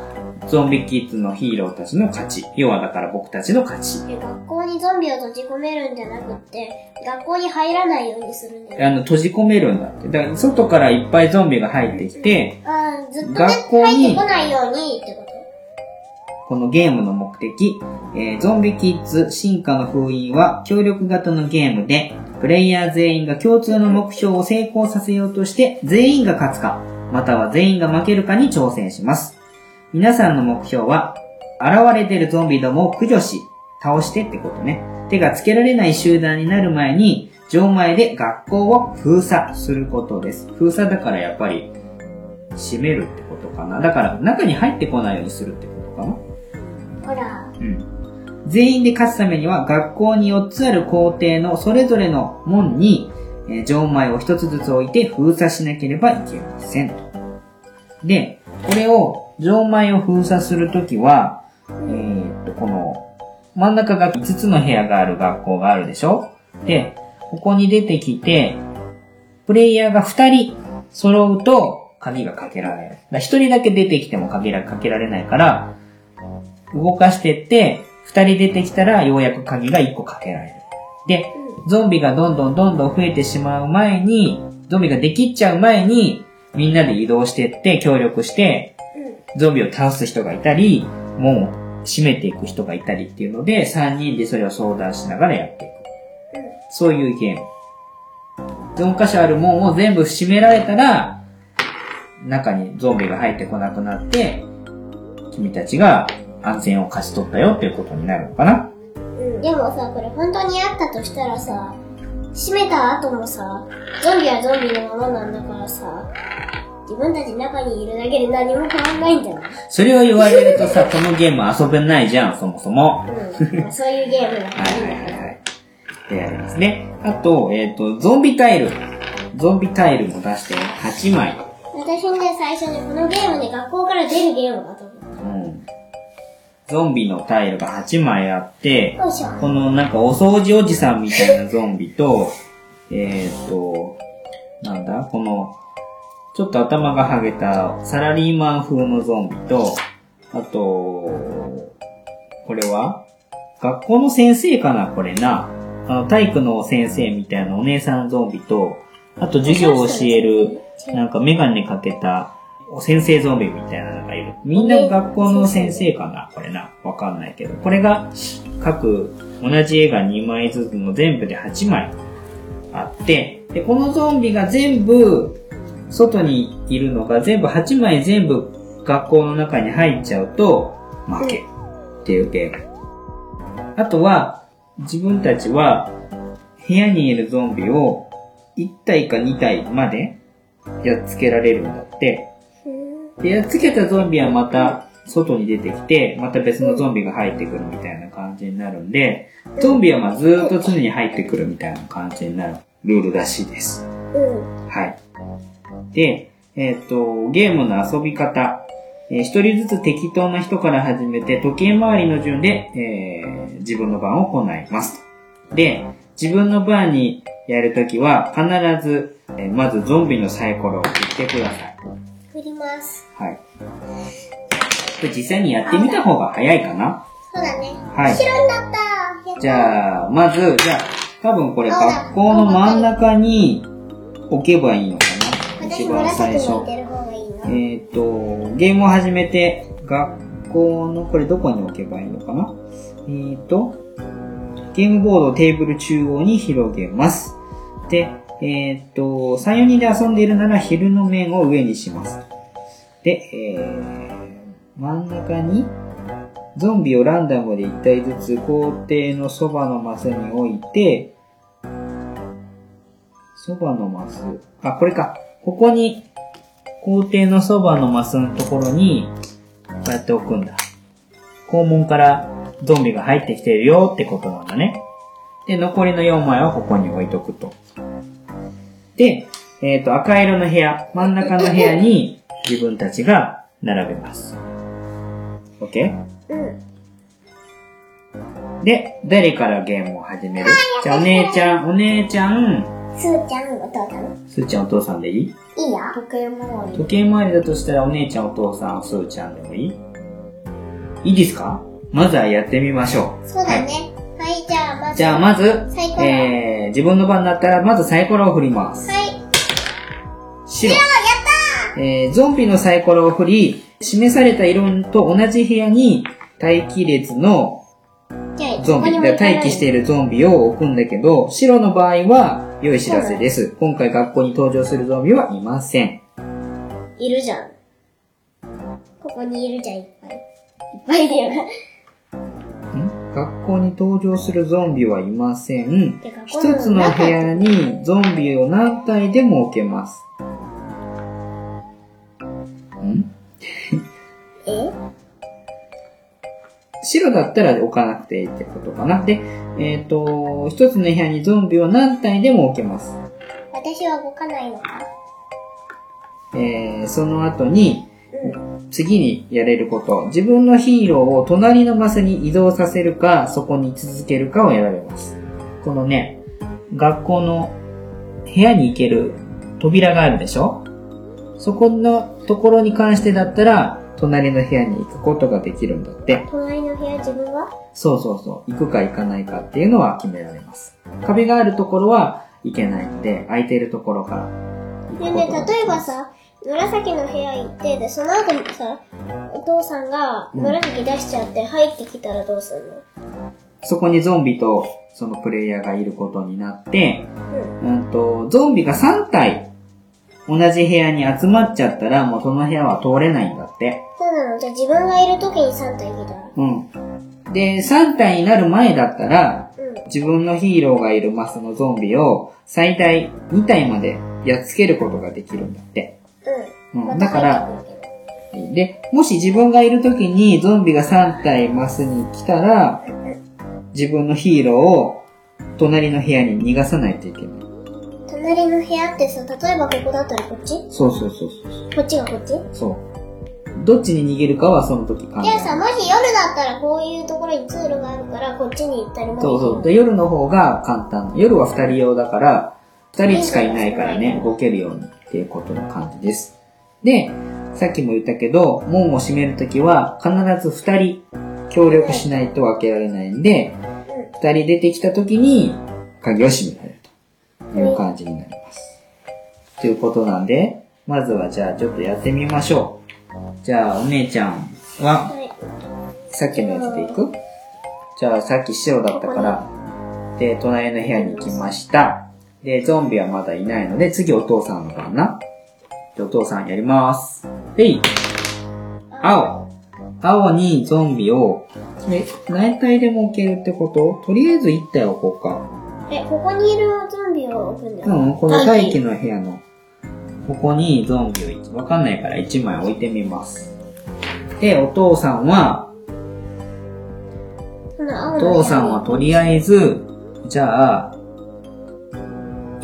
Speaker 3: ゾンビキッズのヒーローたちの勝ち。要はだから僕たちの勝ち。
Speaker 4: で学校にゾンビを閉じ込めるんじゃなくって、学校に入らないようにするんだよ。
Speaker 3: あの、閉じ込めるんだって。だから外からいっぱいゾンビが入ってきて、
Speaker 4: あーずっとね、
Speaker 3: 学校に
Speaker 4: 入ってこないようにってこと
Speaker 3: このゲームの目的、えーゾンビキッズ進化の封印は協力型のゲームで、プレイヤー全員が共通の目標を成功させようとして、全員が勝つか、または全員が負けるかに挑戦します。皆さんの目標は、現れてるゾンビどもを駆除し、倒してってことね。手がつけられない集団になる前に、錠前で学校を封鎖することです。封鎖だからやっぱり、閉めるってことかな。だから中に入ってこないようにするってことかな。
Speaker 4: ほら、
Speaker 3: うん全員で勝つためには学校に4つある校庭のそれぞれの門に、えー錠前を1つずつ置いて封鎖しなければいけません。で、これを、錠前を封鎖するときは、えーっと、この、真ん中が5つの部屋がある学校があるでしょで、ここに出てきて、プレイヤーが2人揃うと鍵がかけられる。だから1人だけ出てきても鍵がかけられないから、動かしてって、二人出てきたらようやく鍵が一個かけられる。で、ゾンビがどんどんどんどん増えてしまう前に、ゾンビができっちゃう前に、みんなで移動してって協力して、ゾンビを倒す人がいたり、門を閉めていく人がいたりっていうので、三人でそれを相談しながらやっていく。そういうゲーム。4箇所ある門を全部閉められたら、中にゾンビが入ってこなくなって、君たちが安全を勝ち取ったよっていうことになるのかな
Speaker 4: でもさ、これ本当にあったとしたらさ、閉めた後もさ、ゾンビはゾンビのままなんだからさ、自分たち中にいるだけで何も変わんないんじゃない
Speaker 3: それを言われるとさ、このゲーム遊べないじゃん、そもそも。
Speaker 4: うん。そういうゲームだか
Speaker 3: は
Speaker 4: ら
Speaker 3: い
Speaker 4: いいん
Speaker 3: は
Speaker 4: だ
Speaker 3: い
Speaker 4: け
Speaker 3: はい
Speaker 4: ど。
Speaker 3: はい。でやりますね。あと、えっ、と、ゾンビタイル。ゾンビタイルも出して8枚。
Speaker 4: 私ね、最初ね、このゲームね、学校から出るゲームだと思う。
Speaker 3: うん。ゾンビのタイルが8枚あって、
Speaker 4: よいしょ。
Speaker 3: このなんかお掃除おじさんみたいなゾンビと、えーっと、なんだこの、ちょっと頭がハゲたサラリーマン風のゾンビと、あと、これは学校の先生かなこれな。あの、体育の先生みたいなお姉さんゾンビと、あと授業を教える、なんかメガネかけた先生ゾンビみたいなのがいる。みんな学校の先生かなこれな。わかんないけど。これが各同じ絵が2枚ずつの全部で8枚あって、で、このゾンビが全部、外にいるのが全部8枚全部学校の中に入っちゃうと、負けっていうゲーム。あとは、自分たちは、部屋にいるゾンビを1体か2体までやっつけられるんだって。で、やっつけたゾンビはまた外に出てきて、また別のゾンビが入ってくるみたいな感じになるんで、ゾンビはまあずーっと常に入ってくるみたいな感じになるルールらしいです。
Speaker 4: うん。
Speaker 3: はい。で、えっ、と、ゲームの遊び方。えー一人ずつ適当な人から始めて、時計回りの順で、えー自分の番を行います。で、自分の番にやるときは、必ず、えーまずゾンビのサイコロを振ってください。
Speaker 4: 振ります。
Speaker 3: はい。これ実際にやってみた方が早いかな
Speaker 4: そうだね。
Speaker 3: はい。
Speaker 4: 白になったやった
Speaker 3: じゃあ、まず、じゃあ、多分これ学校の真ん中に置けばいいのかな一
Speaker 4: 私
Speaker 3: 番
Speaker 4: 紫
Speaker 3: 最
Speaker 4: に
Speaker 3: 初
Speaker 4: 置い。てる方がいいな。
Speaker 3: えっ、と、ゲームを始めて、学校の、これどこに置けばいいのかなえっ、と、ゲームボードをテーブル中央に広げます。で、えっ、と、3、4人で遊んでいるなら昼の面を上にします。で、えー、真ん中に、ゾンビをランダムで1体ずつ校庭のそばのマスに置いて、そばのマス、あ、これか。ここに校庭のそばのマスのところに、こうやって置くんだ。校門からゾンビが入ってきてるよってことなんだね。で、残りの4枚はここに置いとくと。で、えっ、と、赤色の部屋、真ん中の部屋に自分たちが並べます。OK?
Speaker 4: うん。
Speaker 3: で、誰からゲームを始めるじゃあ、お姉ちゃん、お姉ちゃん、
Speaker 4: すーちゃん、お父さん。
Speaker 3: すーちゃんお父さんでいい
Speaker 4: いいよ。
Speaker 2: 時計回り。
Speaker 3: 時計回りだとしたらお姉ちゃんお父さんすーちゃんでもいいいいですかまずはやってみましょう。
Speaker 4: そうだ
Speaker 3: はい、
Speaker 4: ね。はい、じゃあ、まず。
Speaker 3: じゃあまず、
Speaker 4: サイコロ
Speaker 3: えー、自分の番になったらまずサイコロを振ります。
Speaker 4: はい。
Speaker 3: 白。えー、ゾンビのサイコロを振り、示された色と同じ部屋に待機列の
Speaker 4: じゃあ、
Speaker 3: ゾン
Speaker 4: どこ
Speaker 3: ビ、
Speaker 4: にも行かない
Speaker 3: 待機しているゾンビを置くんだけど、白の場合は良い知らせです。今回学校に登場するゾンビはいません。
Speaker 4: いるじゃん。ここにいるじゃん、いっぱい。いっぱいだよ。
Speaker 3: ん学校に登場するゾンビはいません
Speaker 4: てか。
Speaker 3: 一つの部屋にゾンビを何体でも置けます。ん
Speaker 4: え
Speaker 3: 白だったら置かなくていいってことかな。で、えっ、と、一つの部屋にゾンビを何体でも置けます。
Speaker 4: 私は動かないのか
Speaker 3: えー、その後に、
Speaker 4: うん。
Speaker 3: 次にやれること。自分のヒーローを隣のマスに移動させるか、そこに居続けるかを選べます。このね、学校の部屋に行ける扉があるでしょそこのところに関してだったら、隣の部屋に行くことができるんだって。
Speaker 4: 隣の部屋自分は
Speaker 3: そうそうそう。行くか行かないかっていうのは決められます。壁があるところは行けないので、空いているところから行く
Speaker 4: ねえね
Speaker 3: ことが
Speaker 4: え、
Speaker 3: でき
Speaker 4: 例え
Speaker 3: ま
Speaker 4: ば
Speaker 3: す。
Speaker 4: さ、紫の部屋行って、で、その後にさ、お父さんが紫出しちゃって入ってきたらどうするの
Speaker 3: そこにゾンビとそのプレイヤーがいることになって、
Speaker 4: うん。
Speaker 3: うんと、ゾンビが3体同じ部屋に集まっちゃったらもうその部屋は通れないんだって。
Speaker 4: そうなのじゃあ自分がいる時に3体来たら。
Speaker 3: うん。で、3体になる前だったら、
Speaker 4: うん。
Speaker 3: 自分のヒーローがいるマスのゾンビを最大2体までやっつけることができるんだって。
Speaker 4: う
Speaker 3: うん、だから、で、もし自分がいる時にゾンビが3体マスに来たら、自分のヒーローを隣の部屋に逃がさないといけない。
Speaker 4: 隣の部屋ってさ、例えばここだったらこっち
Speaker 3: そうそうそうそうそう。
Speaker 4: こっちがこっち
Speaker 3: そう。どっちに逃げるかはその時考え
Speaker 4: で
Speaker 3: る。
Speaker 4: さ、もし夜だったらこういうところに通路があるから、こっちに行ったりもできる
Speaker 3: そうそう。で、夜の方が簡単。夜は二人用だから、二人しかいないからね、動けるようにっていうことの感じです。で、さっきも言ったけど、門を閉めるときは必ず二人協力しないと開けられないんで、二人出てきたときに鍵を閉められるという感じになります。ということなんで、まずはじゃあちょっとやってみましょう。じゃあお姉ちゃんは、
Speaker 4: はい
Speaker 3: さっきのやつでいくじゃあさっき白だったから、で、隣の部屋に行きました。で、ゾンビはまだいないので、次お父さんの番な。で、お父さんやります。でい青青にゾンビを、え、何体でも置けるってこととりあえず1体置こうか。
Speaker 4: え、ここにいるゾンビを置くんだ
Speaker 3: う
Speaker 4: よ。
Speaker 3: ん、この大気の部屋の、ここにゾンビを1、わかんないから1枚置いてみます。で、お父さんは、
Speaker 4: その青
Speaker 3: お
Speaker 4: の
Speaker 3: 父さんはとりあえず、じゃあ、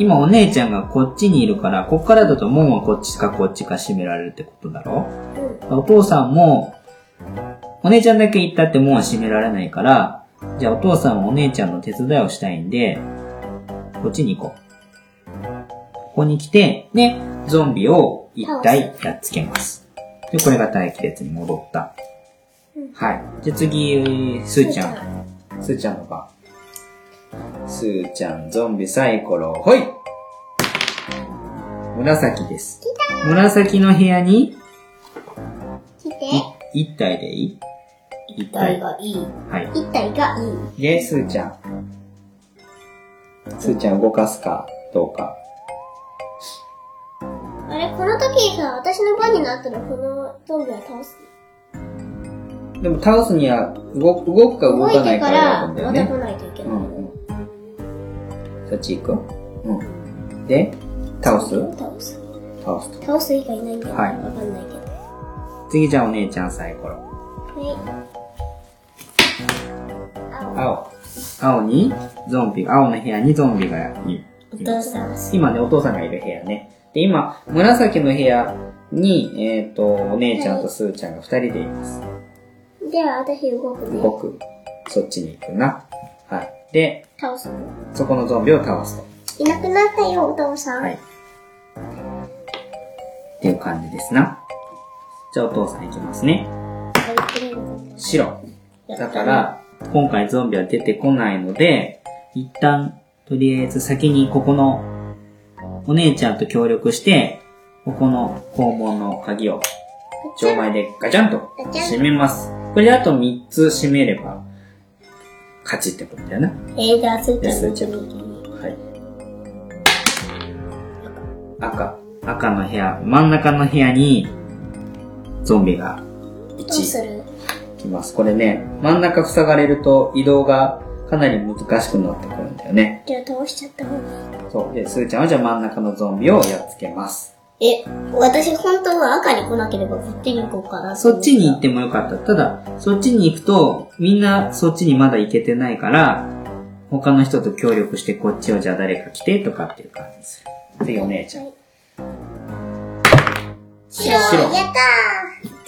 Speaker 3: 今お姉ちゃんがこっちにいるから、こっからだと門はこっちかこっちか閉められるってことだろ、お父さんも、お姉ちゃんだけ行ったって門は閉められないから、じゃあお父さんはお姉ちゃんの手伝いをしたいんで、こっちに行こう。ここに来て、で、ゾンビを一体やっつけます。で、これが待機列に戻った。はい。じゃあ次、すーちゃん。すーちゃんの番。すーちゃん、ゾンビサイコロ、ほい紫です。紫の部屋に、
Speaker 4: 来て、
Speaker 3: い一体でいい一
Speaker 2: 体。がいい。
Speaker 3: はい。
Speaker 4: 一体がいい。
Speaker 3: で、すーちゃん。すーちゃん動かすか、どうか。
Speaker 4: あれ、この時さ、私の番になったらこのゾンビは倒す。
Speaker 3: でも倒すには動、動くか動
Speaker 4: 動
Speaker 3: か
Speaker 4: い
Speaker 3: な
Speaker 4: て
Speaker 3: いか
Speaker 4: からら、
Speaker 3: 選ぶん
Speaker 4: また来
Speaker 3: だよね。
Speaker 4: ないといけ
Speaker 3: う
Speaker 4: ない。
Speaker 3: んうん。そっち行くうん。で、倒す
Speaker 4: 倒す。
Speaker 3: 倒すと。
Speaker 4: 倒す以外ないんだよ。
Speaker 3: はい
Speaker 4: わかんないけど。
Speaker 3: 次じゃあお姉ちゃんサイコロ。
Speaker 4: はい。
Speaker 3: 青。青に、ゾンビが、青の部屋にゾンビがいる。
Speaker 4: 青。お父さん。
Speaker 3: 今ね、お父さんがいる部屋ね。で、今、紫の部屋に、えっ、と、お姉ちゃんとすーちゃんが二人でいます。
Speaker 4: では、私動くね。
Speaker 3: 動く。そっちに行くな。はい。で、
Speaker 4: 倒すの。
Speaker 3: そこのゾンビを倒すと。
Speaker 4: いなくなったよ、お父さん。
Speaker 3: はい。っていう感じですな。じゃあお父さん行きますね。白。だから、今回ゾンビは出てこないので、一旦、とりあえず先にここの、お姉ちゃんと協力して、ここの肛門の鍵を、錠前でガチャンと
Speaker 4: ガチャン
Speaker 3: 閉めます。これであと3つ閉めれば、勝ちってことだよね。
Speaker 4: えー、じゃあ、スーち
Speaker 3: で
Speaker 4: ゃん
Speaker 3: す
Speaker 4: の
Speaker 3: ーちゃん
Speaker 4: 次に。
Speaker 3: はい。赤。赤の部屋、真ん中の部屋に、ゾンビが
Speaker 4: どうする
Speaker 3: きます。これね、真ん中塞がれると移動がかなり難しくなってくるんだよね。
Speaker 4: じゃあ、倒しちゃった方がいい。
Speaker 3: そう。で、スーちゃんはじゃあ真ん中のゾンビをやっつけます。
Speaker 2: え、私本当は赤に来なければこっちに行こうかな
Speaker 3: そっちに行ってもよかった。ただ、そっちに行くと、みんなそっちにまだ行けてないから、他の人と協力してこっちをじゃあ誰か来てとかっていう感じでする。次お姉ちゃん。白
Speaker 4: やった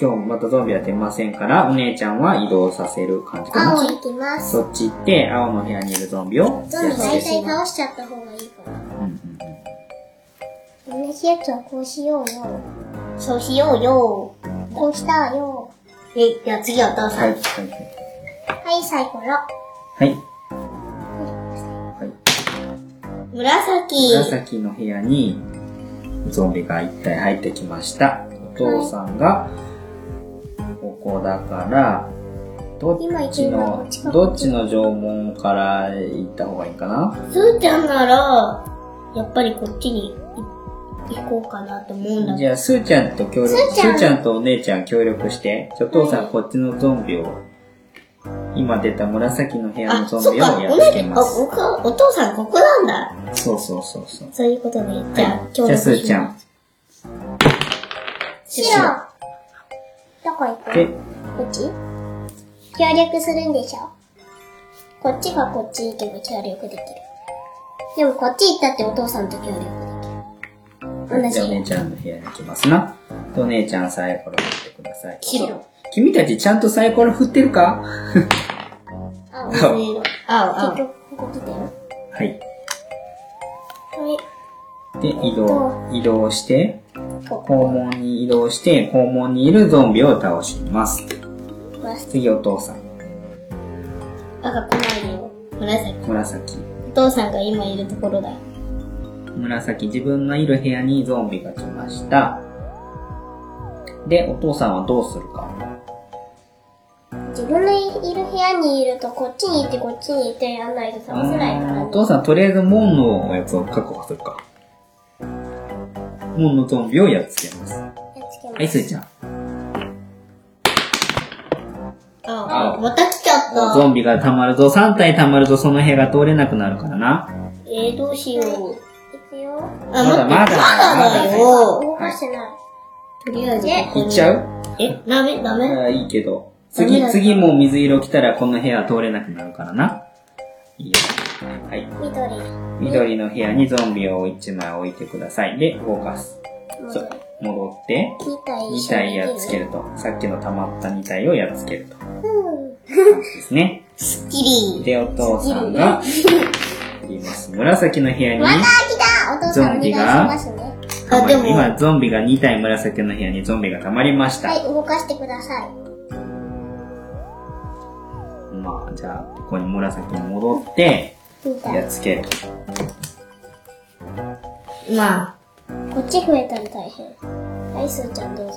Speaker 3: 今日もまたゾンビは出ませんから、お姉ちゃんは移動させる感じ
Speaker 4: ー
Speaker 3: かな。
Speaker 4: 青いきます。
Speaker 3: そっち行って、青の部屋にいるゾンビを。
Speaker 4: ゾンビ大体
Speaker 3: う
Speaker 4: 倒しちゃった方がいいから。
Speaker 3: んうんうん
Speaker 4: 同じやつはこうしようよ。
Speaker 2: そうしようよ。
Speaker 4: こうしたよ。
Speaker 2: え、じゃあ次はお父さ
Speaker 3: は
Speaker 2: ん。
Speaker 3: い。は
Speaker 4: はい、サイコロ。
Speaker 3: い。はい。はい
Speaker 2: 紫。
Speaker 3: 紫の部屋にゾンビが一体入ってきました。お父さんが、ここだから、ど
Speaker 4: 今
Speaker 3: っ
Speaker 4: 行け
Speaker 3: ち
Speaker 4: るのはこ
Speaker 3: の
Speaker 4: っちか、
Speaker 3: どっちの縄文から行った方がいいかな
Speaker 2: すーちゃんなら、やっぱりこっちにい行こうかなと思うんだけ
Speaker 3: じゃあ、スーちゃんと協力、
Speaker 4: スーち
Speaker 3: ス
Speaker 4: ゃん
Speaker 3: ーちゃんとお姉ちゃん協力して、じゃあお父さんこっちのゾンビを、今出た紫の部
Speaker 2: ど。
Speaker 3: 屋の
Speaker 2: あ、
Speaker 3: ゾ
Speaker 2: そ
Speaker 3: ン
Speaker 2: っ
Speaker 3: ビを
Speaker 2: か、
Speaker 3: や
Speaker 2: お
Speaker 3: っつけ
Speaker 2: 姉
Speaker 3: ま
Speaker 2: あ、
Speaker 3: す。
Speaker 2: おかお父さんここなんだ。
Speaker 3: そうそうそうそう。
Speaker 2: そういうことで、じゃあ、
Speaker 3: じゃあ、スーちゃん。
Speaker 4: 白。どこ行く
Speaker 3: で
Speaker 4: の、こっち協力するんでしょこっちがこっち行けば協力できる。でもこっち行ったってお父さんと協力できる。同
Speaker 3: じゃあお
Speaker 4: じ。
Speaker 3: 姉ちゃんの部屋に行きますな。でお姉ちゃんサイコロ振ってください。
Speaker 2: 白。
Speaker 3: 君たちちゃんとサイコロ振ってるか
Speaker 4: 青。結
Speaker 3: 青
Speaker 2: 青。
Speaker 1: 青、青。
Speaker 4: 局、ここ来てる。
Speaker 3: はい。
Speaker 4: はい。
Speaker 3: で、移動、移動して、
Speaker 4: こ
Speaker 3: 肛門に移動して、肛門にいるゾンビを倒します。
Speaker 4: こプラス
Speaker 3: 次お父さん。
Speaker 2: 赤来ないでよ。紫。
Speaker 3: 紫。
Speaker 2: お父さんが今いるところだよ。
Speaker 3: 紫、自分のいる部屋にゾンビが来ました。で、お父さんはどうするか。
Speaker 4: 自分のいる部屋にいるとこっちに行ってこっちに行ってやんないと倒せないから
Speaker 3: お父さんとりあえず門のやつを確保するか。門のゾンビをやっつけます。は
Speaker 4: やっつけま
Speaker 3: い、
Speaker 4: す
Speaker 3: スイちゃん。
Speaker 2: あ、また来ちゃった。
Speaker 3: ゾンビが溜まるぞ、3体溜まるぞ、その部屋が通れなくなるからな。
Speaker 2: えー、どうしよう。
Speaker 4: いくよ
Speaker 2: あ、待
Speaker 3: だ
Speaker 2: って、
Speaker 3: まだ
Speaker 2: まだだよ。
Speaker 4: 動かしてない
Speaker 2: とりあえず。
Speaker 3: 行っちゃう
Speaker 2: え、ダメ、ダ
Speaker 3: い
Speaker 2: メ
Speaker 3: やいいけ
Speaker 2: ダ
Speaker 3: ど。
Speaker 2: メ
Speaker 3: 次
Speaker 2: だ、よ
Speaker 3: 次もう水色来たらこの部屋は通れなくなるからな。いいよ。はい。
Speaker 4: 緑
Speaker 3: 緑の部屋にゾンビを1枚置いてください。で、動かす。そ
Speaker 4: 緑
Speaker 3: う戻って、
Speaker 4: 2体一
Speaker 3: 2
Speaker 4: 緒
Speaker 3: 体
Speaker 4: に
Speaker 3: やっつけ
Speaker 4: る
Speaker 3: ると。さっきの溜まった2体をやっつ けると。
Speaker 4: うん
Speaker 3: ですね。
Speaker 2: スッキリ。
Speaker 3: で、お父さん が、言います。紫の部屋に、
Speaker 4: また来たお父さんお願いしますね
Speaker 2: あ、でも、
Speaker 3: 今、ゾンビが2体紫の部屋にゾンビが溜まりました。
Speaker 4: はい動かしてください
Speaker 3: まあ、じゃあ、ここに紫に戻って、
Speaker 4: 2
Speaker 3: や
Speaker 4: 体
Speaker 3: っつける。
Speaker 2: まあ、
Speaker 4: こっち増えたら大変はいすーちゃんどうぞ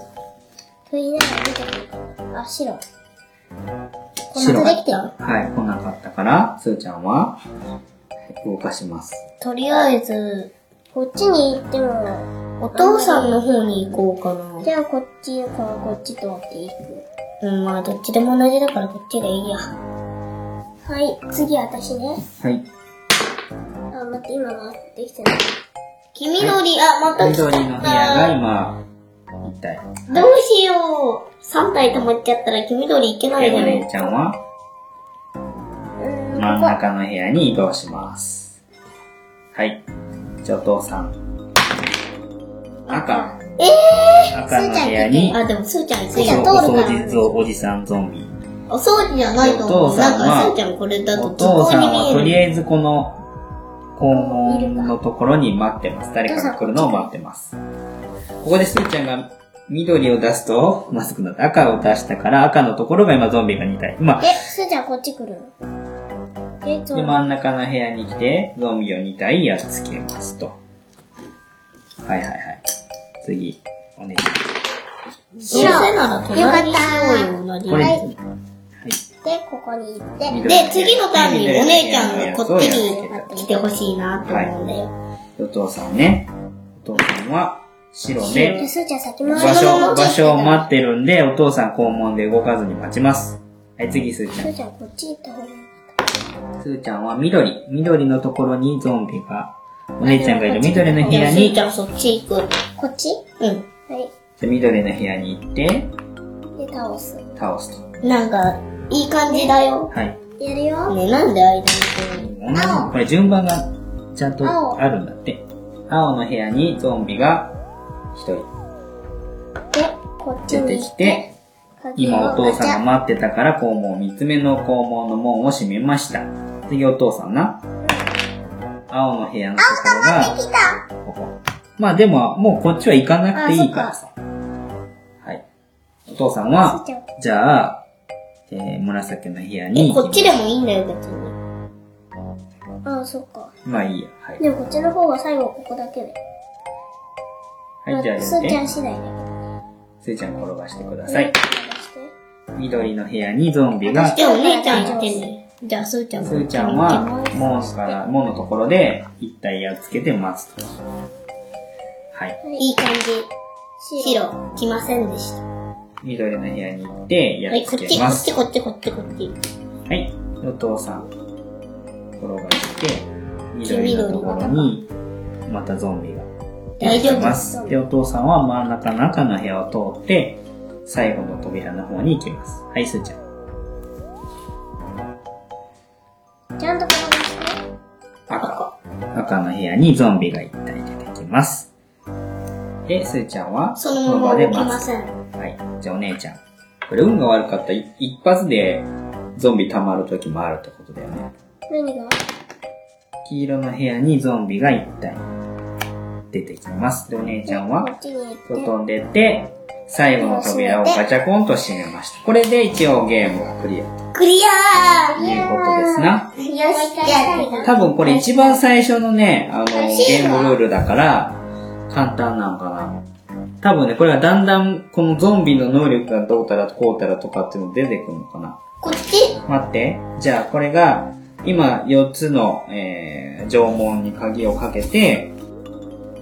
Speaker 4: と言いながら見てくるあ白こんな
Speaker 3: 白
Speaker 4: できてる
Speaker 3: はい、来なかったから、すーちゃんは、動かします。
Speaker 2: とりあえず、
Speaker 4: こっちに行っても
Speaker 2: お父さんの方に行こうかな。
Speaker 4: じゃあこっちかこっちとっていく
Speaker 2: うん、まあ、どっちでも同じだからこっちがいいや。
Speaker 4: はい次私ね
Speaker 3: はい。
Speaker 4: あ待って今回ってきてない
Speaker 2: 黄緑、あ、また来
Speaker 3: 緑の部屋が
Speaker 2: た。
Speaker 3: 今、一体。
Speaker 2: どうしよう。3体溜まっちゃったら黄緑いけない
Speaker 3: で、お
Speaker 2: だよ。
Speaker 3: 姉ちゃんは、
Speaker 4: うー
Speaker 3: 真ん
Speaker 4: んここ
Speaker 3: 中の部屋に移動します。はい。じゃあ、お父さん。赤。
Speaker 4: え
Speaker 3: 赤の部屋に、
Speaker 2: あ、でも、スーちゃん行
Speaker 3: お
Speaker 2: く
Speaker 4: スーちゃん
Speaker 2: や
Speaker 4: 通るから
Speaker 3: 掃除おじさんゾンビ。
Speaker 2: お掃除じゃないと
Speaker 3: お
Speaker 2: 思
Speaker 3: 父
Speaker 2: う。
Speaker 3: さん
Speaker 2: な
Speaker 3: は
Speaker 2: んか、スーちゃんこれだ
Speaker 3: お
Speaker 2: と
Speaker 3: 父
Speaker 2: 図
Speaker 3: さん
Speaker 2: 工
Speaker 3: は
Speaker 2: に
Speaker 3: と
Speaker 2: 見
Speaker 3: り
Speaker 2: える。
Speaker 3: あえずこの肛門のところに待ってます。誰かが来るのを待ってます。ここですーちゃんが緑を出すとまずくなって赤を出したから赤のところが今ゾンビが2体。今、
Speaker 4: え、すーちゃんこっち来るのえ、そう
Speaker 3: で真ん中の部屋に来てゾンビを2体やっつけますと。はいはいはい。次、お姉ち
Speaker 2: どうせなら隣にしようよ、同
Speaker 3: ゃん。
Speaker 2: じ
Speaker 3: これ、
Speaker 4: は
Speaker 3: はいい。
Speaker 4: で、ここに行って。
Speaker 3: 緑
Speaker 2: で、次のターンにお姉ちゃんがこっち
Speaker 3: 緑の部屋のやつをやっつけた
Speaker 2: に来てほしいなって思うんだよ。
Speaker 3: お父さんね。お父さんは白ね。
Speaker 4: で、すーちゃん先
Speaker 3: 場
Speaker 4: 回り
Speaker 3: 所、場所を待ってるんで、お父さん肛門で動かずに待ちます。はい、次、すーち
Speaker 4: す
Speaker 3: ゃん。
Speaker 4: ーちゃんこっち行った方がいい。
Speaker 3: すーちゃんは緑。緑のところにゾンビが、お姉ちゃんがいる緑の部
Speaker 2: でも、
Speaker 3: 屋
Speaker 2: ス
Speaker 3: に、
Speaker 2: ーち
Speaker 3: じゃ
Speaker 2: ゃんそっち行く。
Speaker 4: こっち
Speaker 2: うん。
Speaker 4: は
Speaker 3: あ緑の部屋に行って、
Speaker 4: い。で、倒す。
Speaker 3: 倒すと。
Speaker 2: なんか、いい感じだよ。
Speaker 3: はい。
Speaker 4: やるよ。
Speaker 2: ね、なんで間に
Speaker 3: 同じ、これ順番がちゃんとあるんだって。青の部屋にゾンビが一人
Speaker 4: で、こっち
Speaker 3: 出
Speaker 4: に
Speaker 3: て
Speaker 4: 行
Speaker 3: き
Speaker 4: ってて。、鍵を
Speaker 3: 今お父さん
Speaker 4: ガ
Speaker 3: が待ってたから肛門、三つ目の肛門の門を閉めました。次お父さんな。青の部屋のところが、
Speaker 4: チャ来た
Speaker 3: ここ。まあでも、もうこっちは行かなくていいからさ。はい。お父さんは
Speaker 4: すーちゃん、
Speaker 3: じゃあ、えー、紫の部屋
Speaker 2: え、
Speaker 3: に
Speaker 2: こ
Speaker 3: 行
Speaker 2: っ
Speaker 3: き
Speaker 2: ちでもいいんだよ、別に。
Speaker 4: ああ、そっか。
Speaker 3: まあいいや。はい。
Speaker 4: でもこっちの方が最後ここだけで。
Speaker 3: はい、じゃあ
Speaker 4: す
Speaker 3: やっ
Speaker 4: ーちゃ
Speaker 3: て。
Speaker 4: ん次第だけど。
Speaker 3: スーちゃん転がしてください。
Speaker 4: 転がして
Speaker 3: 緑の部屋にゾンビが、
Speaker 2: で、お姉ちゃん行ってね。じゃあ、スーちゃん
Speaker 3: スーちゃんは、門から、門のところで、一体やっつけて待つと。はい。
Speaker 2: いい感じ。
Speaker 4: 白。
Speaker 2: 白、来ませんでした。
Speaker 3: 緑の部屋に行って、や
Speaker 2: は
Speaker 3: っ
Speaker 2: い、こ
Speaker 3: つ
Speaker 2: っ
Speaker 3: け
Speaker 2: ち、こ
Speaker 3: ま
Speaker 2: っ
Speaker 3: す
Speaker 2: ち、。こっち、こっち、こっち。
Speaker 3: はい。お父さん、転がして、緑のところに、またゾンビがっております。で、お父さんは真ん中中の部屋を通って、最後の扉の方に行きます。はい、すーちゃん。
Speaker 4: ちゃんとこのね。
Speaker 3: 赤。赤の部屋にゾンビが一体出てきます。で、すーちゃんは、
Speaker 2: そのまま動きま
Speaker 3: つ
Speaker 2: せん。
Speaker 3: はい。じゃあお姉ちゃん。これ運が悪かった。い一発でゾンビ溜まる時もあるってことだよね。
Speaker 4: 何が
Speaker 3: 黄色の部屋にゾンビが一体出てきます。で、お姉ちゃんは
Speaker 4: こっちに行って。
Speaker 3: 飛んでって、最後の扉をガチャコンと閉めました。これで一応ゲームがクリア
Speaker 2: クリア
Speaker 3: ということですな。
Speaker 2: ーよし、やってみた
Speaker 3: 多分これ一番最初のね、あの、ゲームルールだから、簡単なんかな。多分ね、これはだんだん、このゾンビの能力がどうたらこうたらとかっていうの出てくるのかな。
Speaker 2: こっち
Speaker 3: 待って。じゃあ、これが、今、4つの、えー、縄文に鍵をかけて、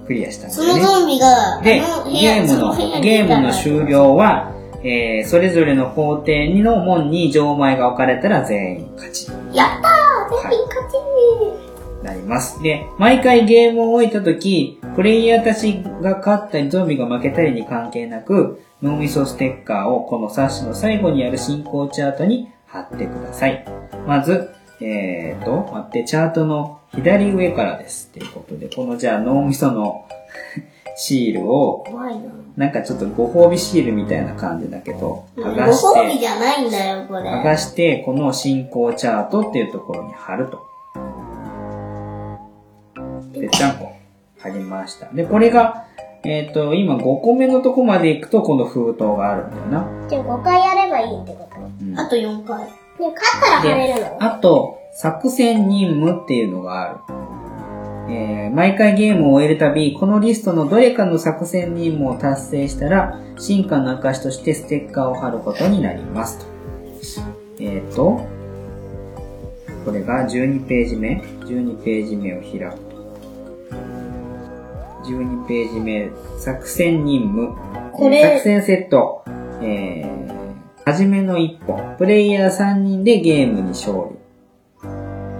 Speaker 3: クリアしたんだ
Speaker 2: そ
Speaker 3: よ
Speaker 2: の
Speaker 3: ね。
Speaker 2: ゾンビが、
Speaker 3: で
Speaker 2: あ、部
Speaker 3: ゲ
Speaker 2: 屋
Speaker 3: ームの
Speaker 2: そ部屋、に
Speaker 3: ゲー
Speaker 2: いた
Speaker 3: ム
Speaker 2: ら
Speaker 3: の終了は、えー、それぞれの工程の門に錠前が置かれたら全員勝ちに
Speaker 2: やったー全員勝ち
Speaker 3: なります。で、毎回ゲームを置いたとき、プレイヤーたちが勝ったりゾンビが負けたりに関係なく、脳みそステッカーをこの冊子の最後にある進行チャートに貼ってください。まず、えーと、待って、チャートの左上からです。ということで、このじゃあ脳みその シールを
Speaker 2: 怖いな。
Speaker 3: なんかちょっとご褒美シールみたいな感じだけど、
Speaker 2: ご
Speaker 3: 剥がし
Speaker 2: 褒美
Speaker 3: て、
Speaker 2: じゃないんだよ、これ。
Speaker 3: 剥がして、この進行チャートっていうところに貼ると。ぺちゃんこ。貼りました。で、これが、えっ、と、今5個目のとこまで行くと、この封筒があるんだよな。
Speaker 4: じゃあ5回やればいいってこと。ね、
Speaker 3: うん
Speaker 2: あと4回。
Speaker 4: 勝ったら跳ねるの
Speaker 3: あと、作戦任務っていうのがある。えー毎回ゲームを終えるたび、このリストのどれかの作戦任務を達成したら、進化の証としてステッカーを貼ることになりますと。えっ、と、これが12ページ目。12ページ目を開くと。12ページ目、作戦任務。
Speaker 2: これ
Speaker 3: 作戦セット。えー、はじめの一歩。プレイヤー3人でゲームに勝利。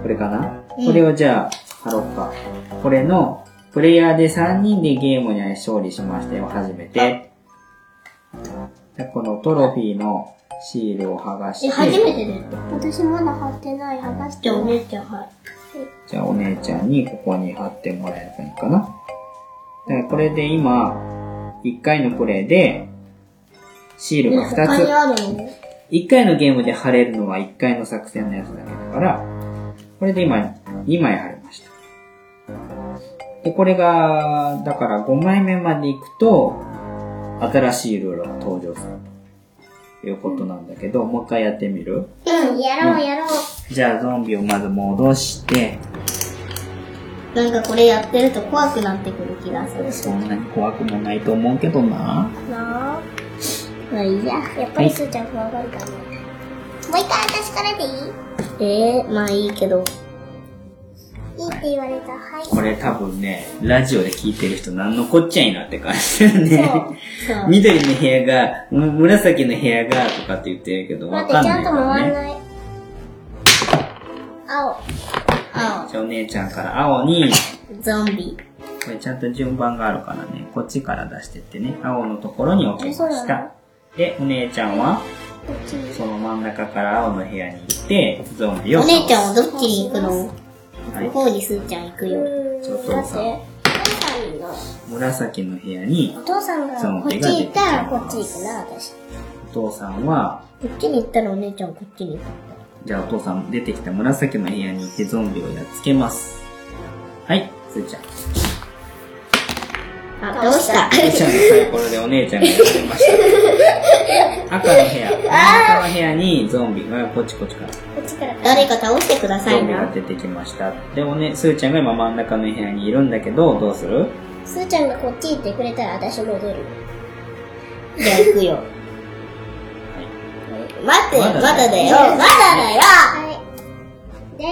Speaker 3: これかな、
Speaker 2: うん
Speaker 3: これをじゃあ、貼ろうか。これの、プレイヤーで3人でゲームに勝利しましたよ、初めて。でこのトロフィーのシールを剥がして
Speaker 2: え、、初めてだよ。
Speaker 4: 私まだ貼ってない。剥がし
Speaker 2: じ
Speaker 4: て
Speaker 2: ゃあ、お
Speaker 4: ない。
Speaker 2: 姉ちゃん、はい。
Speaker 3: じゃあお姉ちゃんにここに貼ってもらえばいいかな。だからこれで今、1回のプレイで、シールが
Speaker 2: 他に
Speaker 3: 2つ。
Speaker 2: あるの
Speaker 3: 1回のゲームで貼れるのは1回の作戦のやつだけだから、これで今、2枚貼れました。で、これが、だから5枚目まで行くと、新しいルールが登場するということなんだけど、もう一回やってみる
Speaker 4: うん、やろうやろう。
Speaker 3: じゃあゾンビをまず戻して、
Speaker 2: なんかこれやってると怖くなってくる気がする。
Speaker 3: そんなに怖くもないと思うけどな。
Speaker 4: なあ。
Speaker 2: まあいいや。
Speaker 4: やっぱりすーちゃん不安がいいからね。もう一回私からでいい
Speaker 2: えー、まあいいけど。
Speaker 4: いいって言われた。はい。
Speaker 3: これ多分ね、ラジオで聞いてる人なんのこっちゃいなって感じだよね。
Speaker 2: そう
Speaker 3: 緑の部屋が、む紫の部屋がとかって言ってるけど、わ
Speaker 4: 待って、
Speaker 3: かん
Speaker 4: ち
Speaker 3: な
Speaker 4: ゃん
Speaker 3: い
Speaker 4: と
Speaker 3: から
Speaker 4: 回ら
Speaker 3: ね。
Speaker 4: ない。青。
Speaker 2: あ
Speaker 3: じゃあお姉ちゃんから青に、
Speaker 2: ゾンビ。
Speaker 3: これちゃんと順番があるからね、こっちから出してってね、青のところに置きま
Speaker 4: えそう
Speaker 3: し
Speaker 4: なの
Speaker 3: た。で、お姉ちゃんは、
Speaker 4: こっちに。
Speaker 3: その真ん中から青の部屋に行って、ゾンビを
Speaker 2: お
Speaker 3: 倒す。
Speaker 2: 姉ちゃんはどっちに行くの
Speaker 3: はい
Speaker 2: 向こうにすーちゃん行くよ。
Speaker 4: うん
Speaker 3: ちょっと
Speaker 4: 待って。お父さんの、
Speaker 3: 紫の部屋に
Speaker 4: お、父さんが
Speaker 3: そう
Speaker 4: こっち行ったらこっち行くな、私。
Speaker 3: お父さんは、
Speaker 2: こっちに行ったらお姉ちゃんこっちに行く。
Speaker 3: じゃあお父さん出てきた紫の部屋に行ってゾンビをやっつけます。はい、すーちゃん。す
Speaker 2: あ、どうした
Speaker 3: ーちゃんのサイコロでお姉ちゃんがやられました。赤の部屋。赤の部屋にゾンビがこっちこっちから
Speaker 4: こっちからか。
Speaker 2: 誰か倒してくださ
Speaker 3: ゾ
Speaker 2: い
Speaker 3: ンビが
Speaker 2: な。
Speaker 3: 出てきました。で、おね、すーちゃんが今真ん中の部屋にいるんだけど、どうする
Speaker 4: すーちゃんがこっち行ってくれたら私戻る。
Speaker 2: じゃあ行くよ。待って、ま
Speaker 3: まだだよ
Speaker 2: だだよ。まだだよ
Speaker 4: はい。で、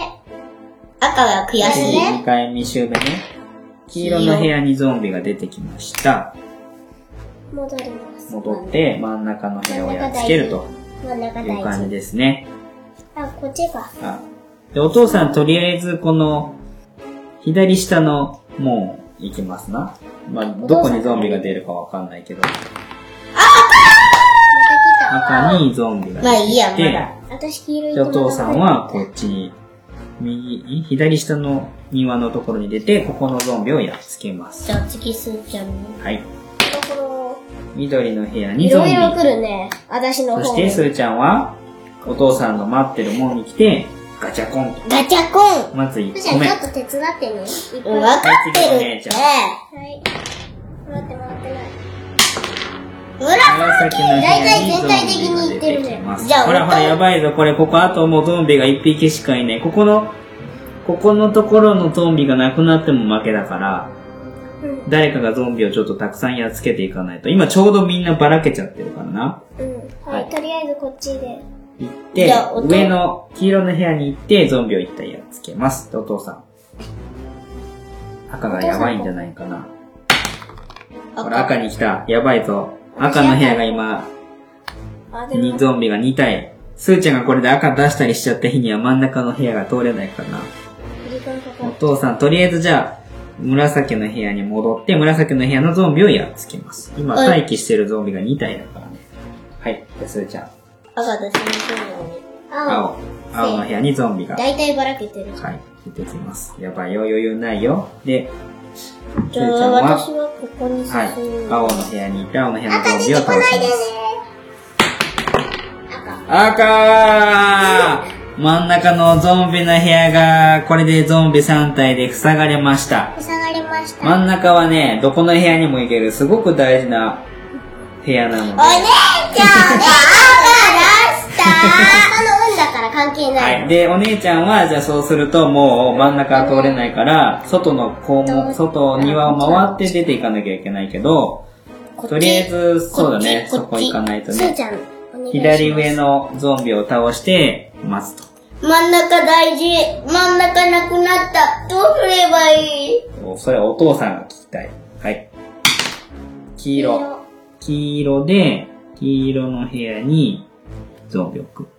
Speaker 2: 赤が悔しい。
Speaker 3: 2回2周目ね。黄色の部屋にゾンビが出てきました。
Speaker 4: 戻ります。
Speaker 3: 戻って真ん中の部屋をやっつけると
Speaker 4: 真ん中
Speaker 3: いう
Speaker 4: 大
Speaker 3: 感じ
Speaker 4: 事。
Speaker 3: ですね。
Speaker 4: あ、こっちか。
Speaker 3: あで、お父さんとりあえずこの、左下の門行きますな。まあ、どこにゾンビが出るかわかんないけど、赤にゾンビが
Speaker 2: まあいいや、
Speaker 3: 出
Speaker 2: ま
Speaker 3: て、
Speaker 2: だ。
Speaker 4: 私黄色い
Speaker 3: で、お父さんはこっちに、右、左下の庭のところに出て、ここのゾンビをやっつけます
Speaker 2: じ。ゃあ次、すーちゃんの。
Speaker 3: はい。
Speaker 4: とこ
Speaker 3: 緑の部屋
Speaker 4: ろ
Speaker 3: に
Speaker 4: い
Speaker 3: ゾン
Speaker 4: ろ
Speaker 3: ビ
Speaker 4: い。ろ来るね私の
Speaker 3: そ
Speaker 4: 方
Speaker 3: して、すーちゃんは、お父さんの待ってる門に来て、ガチャコンと。
Speaker 2: ガチャコン
Speaker 3: まず1
Speaker 4: じゃ
Speaker 3: 個
Speaker 4: あ
Speaker 3: 目。
Speaker 4: ちょっ
Speaker 3: は
Speaker 4: と手伝ってねいっぱい
Speaker 2: 分
Speaker 4: は
Speaker 2: かってるって。
Speaker 4: い待って待ってない
Speaker 3: 紫の部屋
Speaker 4: 大
Speaker 3: に
Speaker 4: 体全体的に
Speaker 3: ゾ
Speaker 4: 言って
Speaker 3: ンビが出て
Speaker 4: るね
Speaker 3: きます。
Speaker 2: じゃあ
Speaker 3: ほらほら、やばいぞ、これ、ここ、あともうゾンビが1匹しかいない。ここの、ここのところのゾンビがなくなっても負けだから、
Speaker 4: うん
Speaker 3: 誰かがゾンビをちょっとたくさんやっつけていかないと。今ちょうどみんなばらけちゃってるからな。
Speaker 4: うんはい、
Speaker 3: はい
Speaker 4: とりあえずこっちで
Speaker 3: 行って
Speaker 2: じゃあお、父
Speaker 3: 上の黄色の部屋に行って、ゾンビを一体やっつけます。でお父さん。赤がやばいんじゃないかな。ほら、赤に来た。やばいぞ。赤の部屋が今、
Speaker 4: あで
Speaker 3: に
Speaker 4: も
Speaker 3: ゾンビが2体。スーちゃんがこれで赤出したりしちゃった日には真ん中の部屋が通れないからな。
Speaker 4: 時間かか
Speaker 3: お
Speaker 4: る
Speaker 3: 父さん、とりあえずじゃあ、紫の部屋に戻って、紫の部屋のゾンビをやっつけます。今、
Speaker 2: はい
Speaker 3: 待機してるゾンビが2体だからね。はい。じゃあ、スーちゃん。
Speaker 2: 赤出しにくいのに。
Speaker 4: 青
Speaker 3: 青。青の部屋にゾンビが。
Speaker 2: 大体ばらけてる。
Speaker 3: はい、出てきます。やばいよ、余裕ないよ。で、
Speaker 2: じ
Speaker 3: ゆ
Speaker 2: ゃ
Speaker 3: うちゃ
Speaker 2: あ
Speaker 3: んは
Speaker 2: 私はここに進
Speaker 3: はい
Speaker 2: む。、
Speaker 3: 青の部屋にいて、青の部屋のゾンビを倒します。赤ー真ん中のゾンビの部屋が、これでゾンビ3体で塞がれました。
Speaker 4: 塞がれました
Speaker 3: 真ん中はね、どこの部屋にも行ける、すごく大事な部屋なので。
Speaker 4: お姉ちゃんね赤出した他の運だから関係ない、
Speaker 3: はい。で、お姉ちゃんは、じゃあそうすると、もう真ん中は通れないから、外の校門、外庭を回って出ていかなきゃいけないけど、
Speaker 2: こっち
Speaker 3: とりあえず、そうだね、
Speaker 2: こっち
Speaker 3: そこ行かないと
Speaker 4: すー
Speaker 3: ね
Speaker 4: ち。ゃんお願いします
Speaker 3: 左上のゾンビを倒して、待つと。
Speaker 2: 真ん中大事。真ん中なくなった。どうすればいい
Speaker 3: おそれはお父さんが聞きたい。はい。黄色。黄色で、黄色の部屋にゾンビを置く。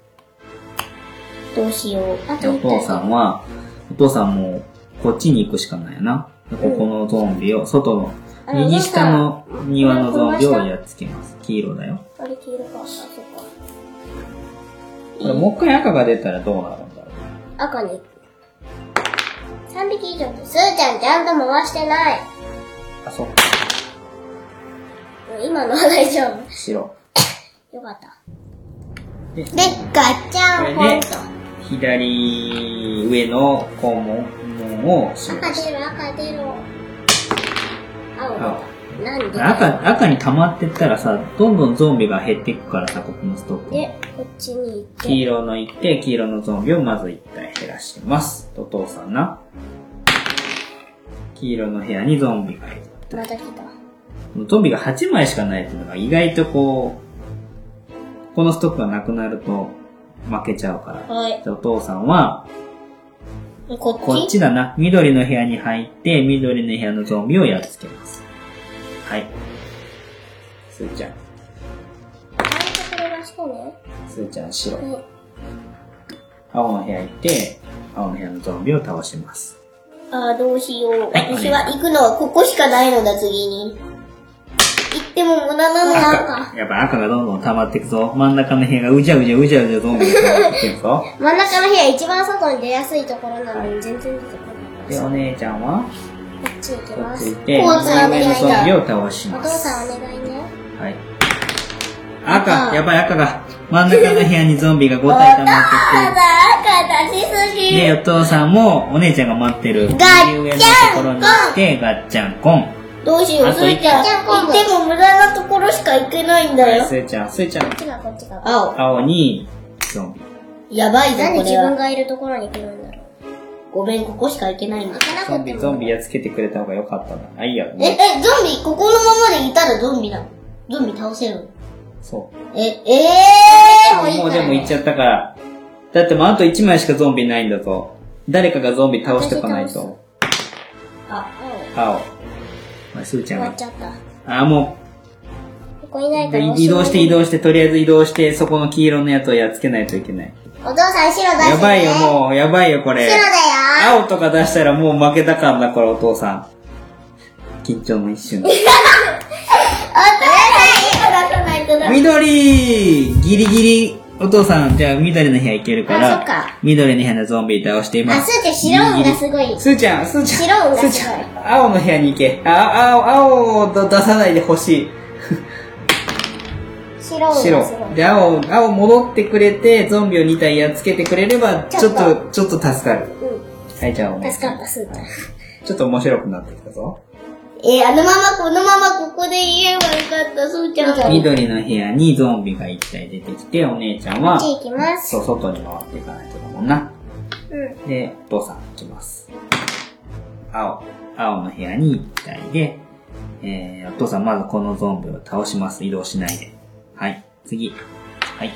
Speaker 2: どうしよう。
Speaker 4: あ
Speaker 3: でお
Speaker 4: と
Speaker 3: 父さんは、お父さんもこっちに行くしかないよな。でここのゾンビを、外の、
Speaker 4: あ
Speaker 3: 右下の庭のゾンビをやっつけます。黄色だよ。
Speaker 4: あれ黄色かあそっか
Speaker 3: これもう一回赤が出たらどうなるんだろう。
Speaker 4: 赤に3匹以上ってすーちゃんちゃんと回してない
Speaker 3: あ、そっか。
Speaker 4: うん今のは大丈夫
Speaker 3: 白。
Speaker 4: よかった
Speaker 3: で
Speaker 4: でガチ
Speaker 3: こ
Speaker 4: ャン
Speaker 3: れ
Speaker 4: ポン
Speaker 3: で
Speaker 4: と、
Speaker 3: 左上の肛門門を白に
Speaker 4: 赤
Speaker 3: し
Speaker 4: 出る赤出る青
Speaker 3: 青
Speaker 4: なんで
Speaker 3: 赤、赤に溜まってったらさ、どんどんゾンビが減っていくからさ、ここのストックも。
Speaker 4: でこっちに行って
Speaker 3: 黄色の行って、黄色のゾンビをまず一体減らします。お父さんな。黄色の部屋にゾンビがいる。
Speaker 4: また来た
Speaker 3: ゾンビが8枚しかないっていうのが意外とこう、このストックがなくなると負けちゃうから。
Speaker 2: はい。
Speaker 3: じゃあお父さんは、
Speaker 2: こっち
Speaker 3: こっちだな。緑の部屋に入って、緑の部屋のゾンビをやっつけます。はい。すーちゃ
Speaker 4: ちゃ
Speaker 3: ん。
Speaker 4: んと転がしてね
Speaker 3: すーちゃん白。
Speaker 4: はい
Speaker 3: 青の部屋行って、青の部屋のゾンビを倒します。
Speaker 2: あーどうしよう。
Speaker 3: はい
Speaker 2: 私は行くのはここしかないのだ、次に。行っても無駄なのだ。
Speaker 3: 赤。やっぱ赤がどんどん溜まっていくぞ。真ん中の部屋がうじゃうじゃうじゃうじゃゾンビが溜まってきてるぞ。
Speaker 4: 真ん中の部屋一番外に出やすいところなのに全然出てこない
Speaker 3: で、お姉ちゃんは、
Speaker 4: こっち行き
Speaker 3: こっ
Speaker 4: ま
Speaker 3: ち
Speaker 4: す
Speaker 3: 行って、
Speaker 2: こうつなげ
Speaker 3: 右上
Speaker 2: ない
Speaker 3: の
Speaker 2: と
Speaker 3: ゾンビを倒し
Speaker 4: お
Speaker 3: ま
Speaker 4: 父
Speaker 3: す。
Speaker 4: さんお願いね
Speaker 3: はい。赤、やばい赤が、真ん中の部屋にゾンビが5体溜まってき
Speaker 2: だ、赤出しす
Speaker 3: て、で、お父さんもお姉ちゃんが待ってる右上のところに来て、ガッチャンコン。
Speaker 2: どうしよ
Speaker 3: あ
Speaker 2: う、
Speaker 3: と
Speaker 2: スーちゃん。
Speaker 4: 一個
Speaker 2: 行っても無駄なところしか行けないんだよ。
Speaker 3: スーちゃん、スーちゃん
Speaker 4: こ、っちがこっちが
Speaker 2: 青。
Speaker 3: 青にゾンビ。
Speaker 2: やばいぞ、
Speaker 4: なんで
Speaker 2: こ
Speaker 4: 自
Speaker 2: れ
Speaker 4: 分
Speaker 2: は。
Speaker 4: がいるところに来るんだろう
Speaker 2: ごめん、ここしか行けないんだ。
Speaker 4: 行かな
Speaker 3: ゾ
Speaker 4: く
Speaker 3: ン
Speaker 4: て
Speaker 3: ビ、
Speaker 4: も
Speaker 3: ゾンビやっつけてくれた方が良かったな。あ、いいや。
Speaker 2: え、え、ゾンビ、ここのままでいたらゾンビなのゾンビ倒せるの
Speaker 3: そう。
Speaker 2: え、えー、もういい
Speaker 3: もう
Speaker 2: か
Speaker 3: で
Speaker 2: ら
Speaker 3: も行っちゃったから。だってもうあと1枚しかゾンビないんだぞ。誰かがゾンビ倒しておかないと。
Speaker 2: あ、
Speaker 4: 青
Speaker 3: 青。まあ、スーちゃ
Speaker 4: 終
Speaker 3: ん
Speaker 4: わ
Speaker 3: が
Speaker 4: っちゃった
Speaker 3: あ、も
Speaker 4: ここいないから
Speaker 3: う、
Speaker 4: おしまい
Speaker 3: 移動して移動して、とりあえず移動して、そこの黄色のやつをやっつけないといけない。
Speaker 4: お父さん白出してね
Speaker 3: やばいよ、もう、やばいよ、これ
Speaker 4: 白。だよ
Speaker 3: 青とか出したらもう負けたかんだ、これ、お父さん。緊張の一瞬。
Speaker 2: 出さないとダメ。
Speaker 3: 緑ギリギリお父さん、じゃあ緑の部屋行けるか、
Speaker 4: あそっから
Speaker 3: 緑の部屋のゾンビ倒していま
Speaker 4: あ、
Speaker 3: す。
Speaker 4: すーちゃん白音がすごい。
Speaker 3: すーちゃん、すーちゃん。
Speaker 4: 白音が
Speaker 3: すーち
Speaker 4: すごい
Speaker 3: ゃん、青の部屋に行け。あ、青、青を出さないでほしい。
Speaker 4: 白音がすごい
Speaker 3: 白。。で、青、青戻ってくれて、ゾンビを2体やっつけてくれれば、
Speaker 4: ち
Speaker 3: ち
Speaker 4: ょ
Speaker 3: ょ
Speaker 4: っ
Speaker 3: っ
Speaker 4: と
Speaker 3: と、ちょっと助かる。
Speaker 4: う
Speaker 3: はい、じゃあお
Speaker 4: ん。
Speaker 3: 願い
Speaker 4: 助かった、すーちゃん。
Speaker 3: ちょっと面白くなってきたぞ。
Speaker 2: えー、あのままこのままここで言えばよかった、そうちゃん。
Speaker 3: 緑の部屋にゾンビが1体出てきて、お姉ちゃん
Speaker 4: こ
Speaker 3: は
Speaker 4: っ、ち行きます。
Speaker 3: そう、外に回っていかないとだもんな。
Speaker 4: うん。
Speaker 3: で、お父さん行きます。青。青の部屋に1体で、えー、お父さんまずこのゾンビを倒します。移動しないで。はい。次。はい。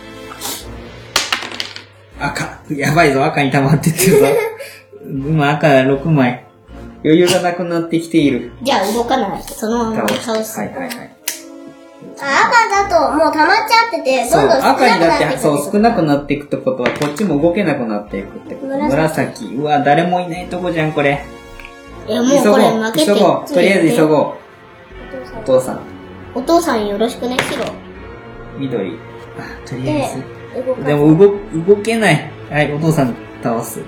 Speaker 3: 赤。やばいぞ、赤に溜まってって るぞ。今赤が6枚。余裕がなくなってきている。
Speaker 2: じゃあ動かない。そのまま倒す。
Speaker 3: はいはいはい。
Speaker 4: あ赤だともう溜まっちゃってて、
Speaker 3: そ
Speaker 4: ど
Speaker 3: うん
Speaker 4: どん少なく
Speaker 3: 赤に
Speaker 4: な
Speaker 3: な
Speaker 4: っ
Speaker 3: って
Speaker 4: く
Speaker 3: て、
Speaker 4: る。
Speaker 3: そう、少なくなっていくってことは、こっちも動けなくなっていくってこと。
Speaker 4: 紫
Speaker 3: 紫。うわ、誰もいないとこじゃん、これ。
Speaker 2: え、もうこれ負けて
Speaker 3: 急ごう。とりあえず急ごう。お父さん、
Speaker 2: お父さんよろしくね、シロ。
Speaker 3: 緑。あ、とりあえ
Speaker 4: で、動
Speaker 3: ず。
Speaker 4: か
Speaker 3: でも動、動けない。はい、お父さん倒す。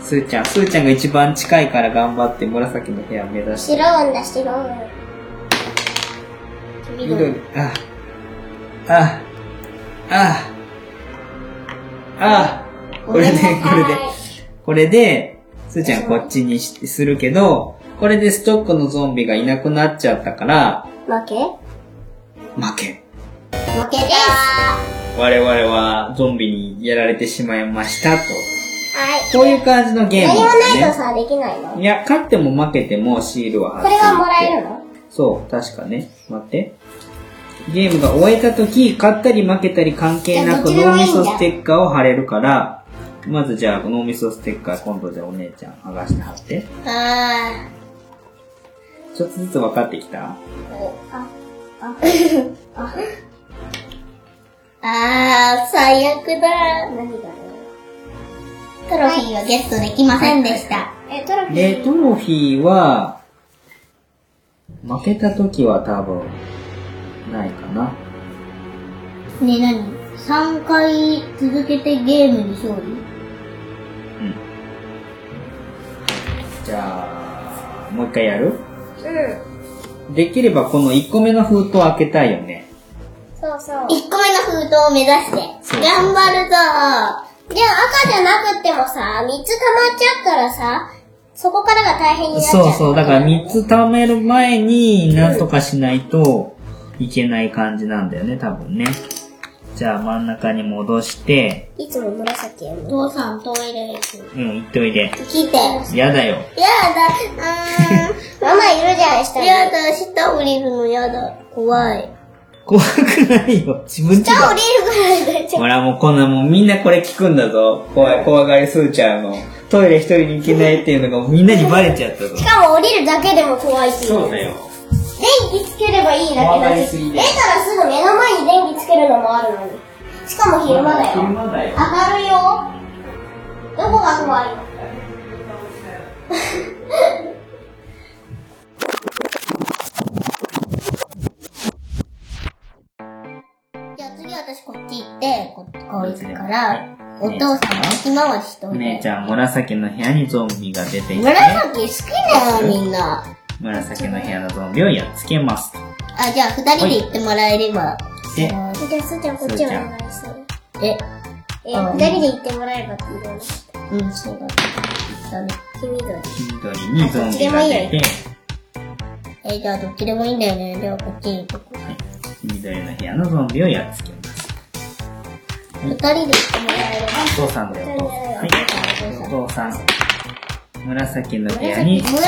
Speaker 3: すーちゃん、すーちゃんが一番近いから頑張って紫の部屋を目指して。
Speaker 4: 白音だ、白音。
Speaker 3: 緑。あ、あ、あ、あ、これで、これで。これで、すーちゃんこっちにしするけど、これでストックのゾンビがいなくなっちゃったから、
Speaker 4: 負け
Speaker 3: 負け。
Speaker 4: 負けです。は
Speaker 3: 我々はゾンビにやられてしまいましたと。
Speaker 4: い。
Speaker 3: こういう感じのゲーム
Speaker 4: 何も
Speaker 3: です
Speaker 4: ないとさ、
Speaker 3: ね。
Speaker 4: できないの
Speaker 3: いや、勝っても負けてもシールは
Speaker 4: これはもらえる
Speaker 3: の
Speaker 4: の
Speaker 3: そう、確かね。待って。ゲームが終えた時、勝ったり負けたり関係なく
Speaker 4: じゃあ
Speaker 3: 脳
Speaker 4: どっちでもいいん
Speaker 3: み
Speaker 4: だ
Speaker 3: そステッカーを貼れるから、まずじゃあ脳みそステッカー今度じゃあお姉ちゃん剥がして貼って。
Speaker 2: あ
Speaker 3: ちょっとずつ分かってきた
Speaker 2: ー。あー、最悪だ。
Speaker 4: 何がね
Speaker 2: トロフィーはゲットできませんでした。
Speaker 4: え、トロフィ
Speaker 3: で、
Speaker 4: ー。
Speaker 3: トロフィーは、負けた時は多分、ないかな。
Speaker 2: ねえ、なに ?3 回続けてゲームに勝利
Speaker 3: うん。じゃあ、もう一回やる
Speaker 4: うん。
Speaker 3: できればこの1個目の封筒開けたいよね。
Speaker 4: そうそう。
Speaker 2: 1個目の封筒を目指して。
Speaker 3: そう
Speaker 2: 頑張るぞ
Speaker 4: でも赤じゃなくってもさ、3つ溜まっちゃったらさ、そこからが大変になっちゃう。
Speaker 3: そうそう。だから3つ貯める前に、なんとかしないといけない感じなんだよね、多分ね。じゃあ真ん中に戻して、
Speaker 4: いつも紫やる
Speaker 2: お
Speaker 4: の。
Speaker 2: 父さんトイレ行く。
Speaker 3: うん、行っといで。
Speaker 2: 来て。
Speaker 3: やだよ。
Speaker 2: やだ。う
Speaker 4: ママいるじゃん、下
Speaker 2: ーん。
Speaker 4: に。
Speaker 2: やだ、下降りるのやだ。怖い。
Speaker 3: 怖くないよ。自分ちが。
Speaker 4: 降りるぐらいで。
Speaker 3: ほらもうこんなもうみんなこれ聞くんだぞ。怖い、怖がりすーちゃんの。トイレ一人に行けないっていうのがみんなにバレちゃったぞ。
Speaker 4: しかも降りるだけでも怖いし。
Speaker 3: そうだよ。
Speaker 4: 電気つければいいだけ
Speaker 3: 怖が
Speaker 4: だ
Speaker 3: り
Speaker 4: し。
Speaker 3: す
Speaker 4: 出
Speaker 3: ぎ
Speaker 4: た
Speaker 3: で
Speaker 4: らすぐ目の前に電気つけるのもあるのに。しかも昼間だよ。
Speaker 3: 昼間だよ。
Speaker 4: 明るいよ。どこが怖いの
Speaker 2: じゃあ次私こっち行って、ここう行くか
Speaker 3: は
Speaker 2: ら
Speaker 3: い、
Speaker 2: お父さん先回しとい
Speaker 3: 姉
Speaker 2: て。
Speaker 3: ちゃん、紫の部屋にゾンビが出ていて、
Speaker 2: 紫好きだよ、みんな。
Speaker 3: 紫の部屋のゾンビをやっつけます。
Speaker 2: あ、じゃあ二人で行ってもらえれば。
Speaker 3: で、
Speaker 4: じゃあ、すーちゃんこっちお願いする。
Speaker 2: え、
Speaker 4: えー、
Speaker 2: うん
Speaker 4: 二人で行ってもらえばっていうの。
Speaker 2: うん、そうだね。だね。
Speaker 4: 黄緑。
Speaker 3: 緑にゾンビが出て、
Speaker 2: えじゃあどっちでもいいんだよね。じゃあこっちに行こう。
Speaker 3: 緑の部屋のゾンビをやっつけます。
Speaker 2: 二人で行ってもらえれば。
Speaker 3: お父さんだよ、お父さん。はい、お父さん。紫の部屋に、
Speaker 2: 紫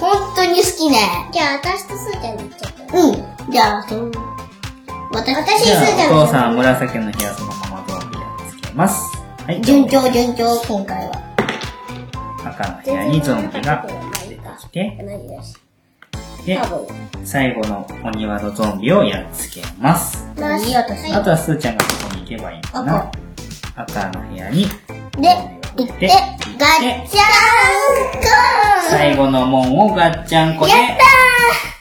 Speaker 2: 本当に好きね。
Speaker 4: じゃあ、私とすーちゃんで行っちゃった。
Speaker 2: うん。じゃあ、そう。私、
Speaker 3: じゃあ、
Speaker 2: 私
Speaker 3: お父さん、紫の部屋そのままゾンビやっつけます。はい、
Speaker 2: 順調順調、今回は。
Speaker 3: 赤の部屋にゾンビが出てきて、
Speaker 4: 何だし。
Speaker 3: で
Speaker 4: 多、分。
Speaker 3: 最後のお庭のゾンビをやっつけます。
Speaker 2: いい私。
Speaker 3: あとはスーちゃんがここに行けばいいかな。赤の部屋に、
Speaker 2: で、
Speaker 4: 行って、
Speaker 3: で、
Speaker 2: ガッチャンコ
Speaker 3: 最後の門をガッチャン
Speaker 2: ー
Speaker 3: コ
Speaker 2: ン
Speaker 3: で
Speaker 2: やった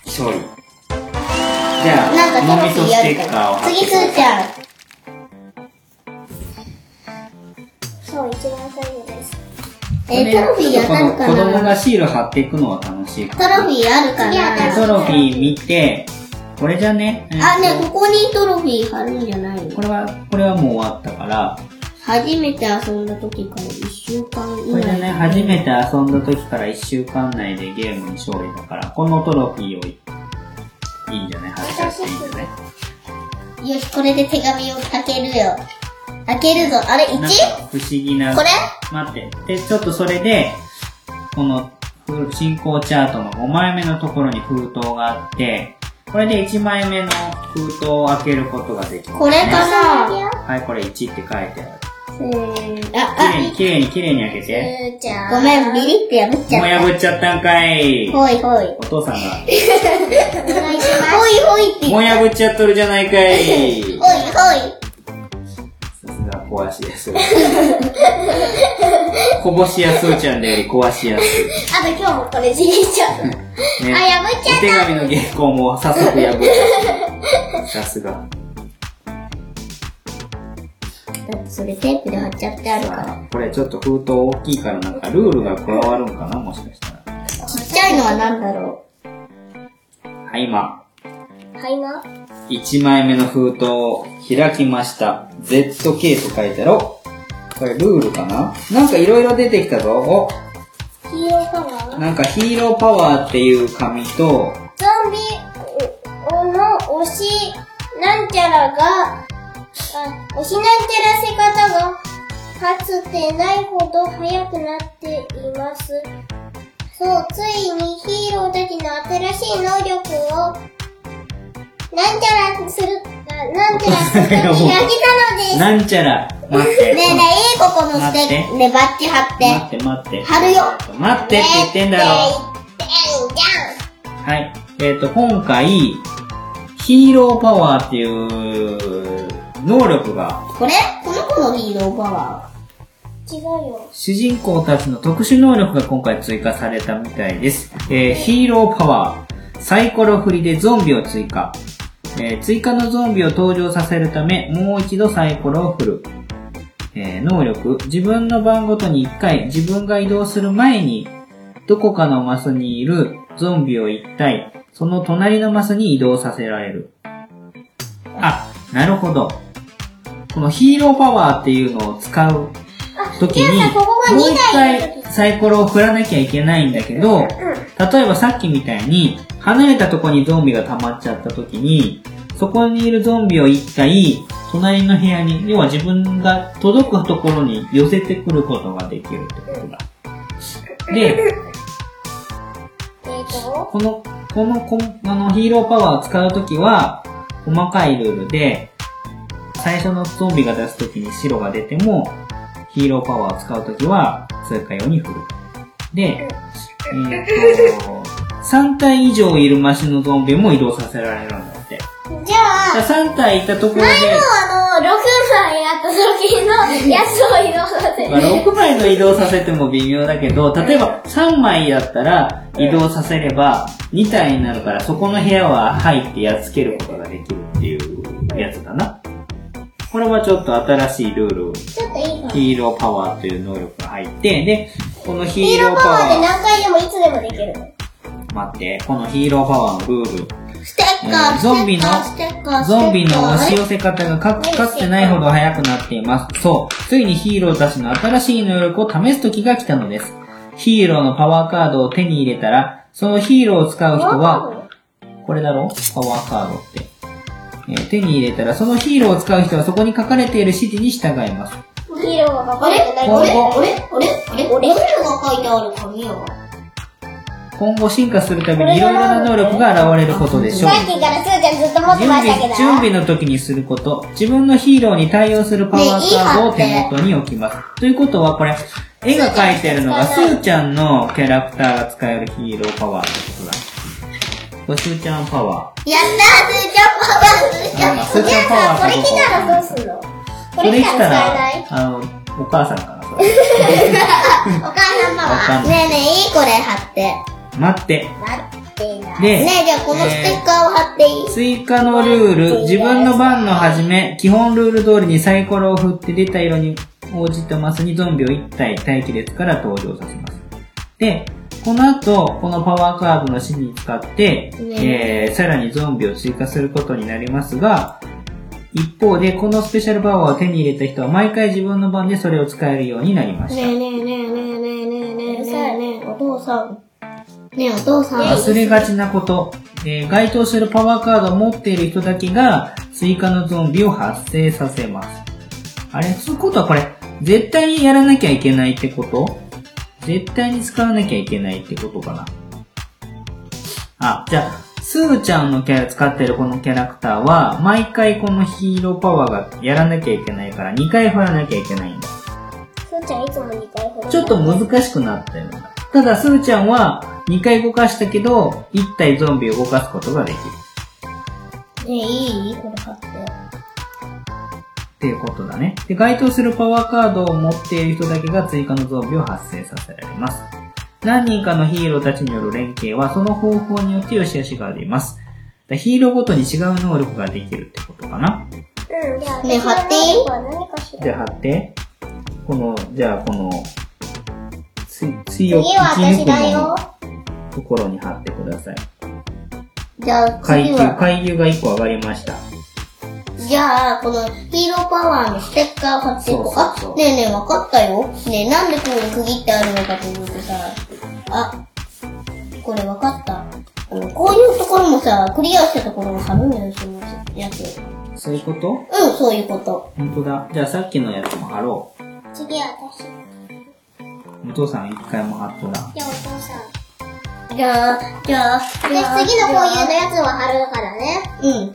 Speaker 3: 勝利。じゃ
Speaker 2: ーなん
Speaker 3: あ、
Speaker 2: か
Speaker 3: 脳
Speaker 2: テロ
Speaker 3: みそ
Speaker 2: ップ
Speaker 3: ス
Speaker 2: やる
Speaker 3: テッ
Speaker 2: か
Speaker 3: カーを
Speaker 2: ら。
Speaker 3: 貼って
Speaker 2: 次、
Speaker 3: く
Speaker 2: す
Speaker 3: だ
Speaker 2: ーちゃん。
Speaker 4: そう、一番最後です。
Speaker 3: さい
Speaker 2: えー、トロフィーやったの
Speaker 3: この
Speaker 2: か
Speaker 3: 子供
Speaker 2: な
Speaker 3: がシール貼っていくのは楽しいか
Speaker 2: ト
Speaker 3: ら。
Speaker 2: ロフィーあるか
Speaker 4: 次は
Speaker 2: な
Speaker 4: 何
Speaker 3: トロフィー見て、これじゃね。
Speaker 2: あ、
Speaker 3: えー
Speaker 2: ね、
Speaker 3: と
Speaker 2: ここにトロフィー貼るんじゃないの
Speaker 3: これは、これはもう終わったから、
Speaker 2: 初めて遊んだ時から1週間以
Speaker 3: これでね、
Speaker 2: 内。
Speaker 3: 初めて遊んだ時から1週間内でゲームに勝利だから、このトロフィーをいいんじゃない発射していいんじゃない
Speaker 2: よし、これで手紙を開けるよ。開けるぞ。あれ、1?
Speaker 3: なんか不思議な。
Speaker 2: これ
Speaker 3: 待って。で、ちょっとそれで、このふ進行チャートの5枚目のところに封筒があって、これで1枚目の封筒を開けることができます、ね。
Speaker 2: これかな
Speaker 3: はい、これ1って書いてある。
Speaker 2: せーの。あ、
Speaker 3: きれ
Speaker 2: あ、
Speaker 3: いに、きれいに、きれいに開け
Speaker 4: す
Speaker 3: て。
Speaker 4: ーちゃん。
Speaker 2: ごめん、ビリって破っち
Speaker 3: もう
Speaker 2: ゃっ
Speaker 3: 破っちゃったんかい
Speaker 2: た。。ほいほい。
Speaker 3: お父さんが。
Speaker 4: お願いします。
Speaker 2: ほいほいって言
Speaker 3: も
Speaker 2: う。
Speaker 3: う破っちゃっとるじゃないかい。
Speaker 2: ほいほい。
Speaker 3: さすが壊しや すい。こぼしやすーちゃんだより壊しやすい。
Speaker 4: あと今日もこれじいちゃん。
Speaker 3: ね、
Speaker 4: あ破っちゃった
Speaker 3: お手紙の原稿も早速破った。さすが。
Speaker 2: だってそれテープで貼っちゃってあるから。
Speaker 3: これちょっと封筒大きいからなんかルールが加わるんかなもしかしたら。
Speaker 2: ちっちゃいのは何だろ
Speaker 3: はい、今。
Speaker 4: はいな。
Speaker 3: 1枚目の封筒を開きました。ZK と書いてある。おこれルールかななんかいろいろ出てきたぞ。
Speaker 4: ヒーローパワ
Speaker 3: お
Speaker 4: ー
Speaker 3: なんかヒーローパワーっていう紙と、
Speaker 4: ゾンビの推しなんちゃらが、あ推しなんちゃらせ方が、かつてないほど速くなっています。そう、ついにヒーローたちの新しい能力を、なんちゃらする、あなんちゃらするためにあげたのです。
Speaker 3: なんちゃら、待って。
Speaker 2: うねえねえ、いいここのス
Speaker 3: 待
Speaker 2: テ
Speaker 3: っ
Speaker 2: ッね、バッチ貼って。
Speaker 3: 待って待って。
Speaker 2: 貼るよ。
Speaker 3: 待ってって言ってんだろ。
Speaker 4: えいじゃん
Speaker 3: はい。えっ、と、今回、ヒーローパワーっていう能力が
Speaker 2: これこの子のヒーローパワ
Speaker 4: 違うよ。
Speaker 3: 主人公たちの特殊能力が今回追加されたみたいです。えーヒーローパワー。サイコロ振りでゾンビを追加。えー追加のゾンビを登場させるため、もう一度サイコロを振る。えー能力。自分の番ごとに1回、自分が移動する前に、どこかのマスにいるゾンビを1体、その隣のマスに移動させられる。あ、なるほど。このヒーローパワーっていうのを使う時
Speaker 4: じゃあ
Speaker 3: に、
Speaker 4: さここが
Speaker 3: もう
Speaker 4: 2
Speaker 3: 一
Speaker 4: 台の
Speaker 3: 回サイコロを振らなきゃいけないんだけど、例えばさっきみたいに、離れたとこにゾンビが溜まっちゃった時に、そこにいるゾンビを一回、隣の部屋に、要は自分が届くところに寄せてくることができるってことだ。で、
Speaker 4: えっと、
Speaker 3: この、この、こあの、ヒーローパワーを使うときは、細かいルールで、最初のゾンビが出すときに白が出ても、ヒーローパワーを使うときは、通過用に振る。で、えーと、3体以上いるマシのゾンビも移動させられるんだって。
Speaker 4: じゃあ、
Speaker 3: だ3体いったところで、
Speaker 4: あの、6枚あった時のやつを移動させ
Speaker 3: まあ、
Speaker 4: る。
Speaker 3: 6枚の移動させても微妙だけど、例えば3枚だったら移動させれば2体になるから、そこの部屋は入ってやっつけることができるっていうやつだな。これはちょっと新しいルール、
Speaker 4: ちょっといいかな。
Speaker 3: ヒーローパワーという能力が入って、で、このヒ
Speaker 4: ヒー
Speaker 3: ーロ
Speaker 4: ロー
Speaker 3: ーパ
Speaker 4: パワーで
Speaker 3: ワ
Speaker 4: 何回でもいつでもできるの。
Speaker 3: ー、待って、このヒーローパワーのルール、
Speaker 2: ー。ステッカ
Speaker 3: えー
Speaker 2: ー、
Speaker 3: ゾンビの
Speaker 2: ステッカー、ステッカー、
Speaker 3: ゾンビの押し
Speaker 2: を。
Speaker 3: 寄せ方がかかつてないほど速くなっています。そう、ついにヒーローたちの新しい能力を試す時が来たのです。ヒーローのパワーカードを手に入れたら、そのヒーローを使う人は、これだろパワーカードって。えー手に入れたら、そのヒーローを使う人はそこに書かれている指示に従います。
Speaker 4: ヒーローが書
Speaker 2: あ
Speaker 4: か
Speaker 2: れ
Speaker 4: れて
Speaker 2: あ
Speaker 4: ない
Speaker 2: れ
Speaker 4: の
Speaker 3: こう
Speaker 2: あ
Speaker 4: で。
Speaker 2: れあれあれルールが書いてある紙は
Speaker 3: 今後進化するためにいろいろな能力が現れることでしょう。
Speaker 4: さっきからすーちゃんずっと持って
Speaker 3: 準
Speaker 4: ました
Speaker 3: 備
Speaker 4: けど。
Speaker 3: 準備の時にすること、自分のヒーローに対応するパワーカードを手元に置きます。ということはこれ、絵が描いてるのがスーちゃんのキャラクターが使えるヒーローパワーってことだ。これスーちゃんパワー。
Speaker 2: やったー、スーちゃんパワー、スーちゃん
Speaker 3: あスーちゃんパワー
Speaker 4: これ来たらどう
Speaker 3: こ
Speaker 4: すんのこ
Speaker 3: れ
Speaker 4: れ
Speaker 3: 来
Speaker 4: 来たら使え
Speaker 3: た
Speaker 4: な
Speaker 3: ら
Speaker 4: い、
Speaker 3: あの、お母さんからそれ。
Speaker 2: お母さんパ
Speaker 3: わか
Speaker 2: ワ
Speaker 3: ん
Speaker 2: ー。
Speaker 3: な
Speaker 2: ねえねえ、いいこれ貼って。
Speaker 3: 待って。
Speaker 4: 待ってな。
Speaker 3: で、
Speaker 2: ねえ、じゃあこのステッカーを貼っていい
Speaker 3: 追加のルール、自分の番の始め、基本ルール通りにサイコロを振って出た色に応じたマスにゾンビを1体待機列から登場させます。で、この後、このパワーカードの芯に使って、
Speaker 2: ね
Speaker 3: えー、さらにゾンビを追加することになりますが、一方で、このスペシャルパワーを手に入れた人は毎回自分の番でそれを使えるようになりました。
Speaker 2: ねえねえねえねえねえね
Speaker 4: えねえねえ
Speaker 2: お父さん。ねえお父さん。
Speaker 3: 忘れがちなこと、えー該当するパワーカードを持っている人だけが追加のゾンビを発生させます。あれつうことはこれ、絶対にやらなきゃいけないってこと絶対に使わなきゃいけないってことかな。あ、じゃあ、すーちゃんのキャラ、使ってるこのキャラクターは、毎回このヒーローパワーがやらなきゃいけないから、2回振らなきゃいけないんだ。
Speaker 4: ふーちゃんいつも2回ほど。
Speaker 3: ちょっと難しくなったよね。ただ、すーちゃんは2回動かしたけど、1体ゾンビを動かすことができる。
Speaker 2: ねえいいこれ貼って。
Speaker 3: っていうことだね。で、該当するパワーカードを持っている人だけが追加のゾンビを発生させられます。何人かのヒーローたちによる連携は、その方法によって良し悪しがあります。だからヒーローごとに違う能力ができるってことかな。
Speaker 4: うん、じゃあ、
Speaker 2: ねえ貼っていい
Speaker 4: 私の能力は何かしら
Speaker 3: じゃあ貼って。この、じゃあこの、つ、つい
Speaker 4: 次
Speaker 3: を
Speaker 4: は私だ
Speaker 3: も
Speaker 4: よ。
Speaker 3: のところに貼ってください。
Speaker 2: じゃあ
Speaker 3: 階
Speaker 2: 次
Speaker 3: 級、
Speaker 2: は、
Speaker 3: 階級が1個上がりました。
Speaker 2: じゃあこのヒーローパワーのステッカーを貼っていこう。
Speaker 3: そうそうそう
Speaker 2: あ、ねえねえ分かったよ。ねえなんでここに区切ってあるのかというとさ、あ、これ分かった。あのこういうところもさ、クリアしたところを貼るんだよ、そのやつ。
Speaker 3: そういうこと
Speaker 2: うん、そういうこと。
Speaker 3: 本当だ。じゃあさっきのやつも貼ろう。
Speaker 4: 次は私。
Speaker 3: お父さん一回も貼っとらん。
Speaker 4: じゃあお父さん。
Speaker 2: じゃあ、じゃあ、じゃあ
Speaker 4: 私次のこういうのやつは貼るからね。
Speaker 2: うん。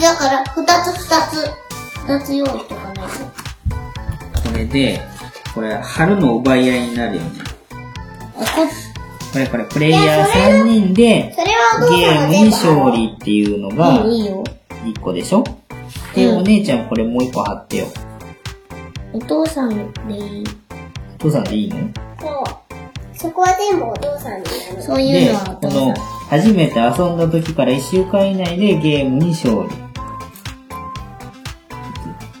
Speaker 2: だから、二つ二つ。二つ用意しておかないと。
Speaker 3: これで、これ貼るの奪い合いになるよね。
Speaker 2: あ、こ
Speaker 3: これこれ、プレイヤー3人で
Speaker 4: それはお父
Speaker 3: ゲ
Speaker 4: さ
Speaker 3: ー
Speaker 4: ん
Speaker 3: ム
Speaker 4: が
Speaker 3: に
Speaker 4: 全部貼
Speaker 3: 勝
Speaker 4: る。
Speaker 3: 利っていうの
Speaker 2: っ
Speaker 3: が
Speaker 2: ちいいよ。
Speaker 3: 1個でしょで、
Speaker 2: うん
Speaker 3: お姉ちゃんこれもう1個貼ってよ。
Speaker 2: お父さんでいい。
Speaker 3: お父さんでいいの
Speaker 4: そう。そこは全部お父さんにやる。
Speaker 2: そういう
Speaker 3: で
Speaker 2: のは、お
Speaker 3: こ
Speaker 2: 父
Speaker 3: の、
Speaker 2: さ
Speaker 3: 初めて遊んだ時から1週間以内でゲームに勝利。
Speaker 2: ん。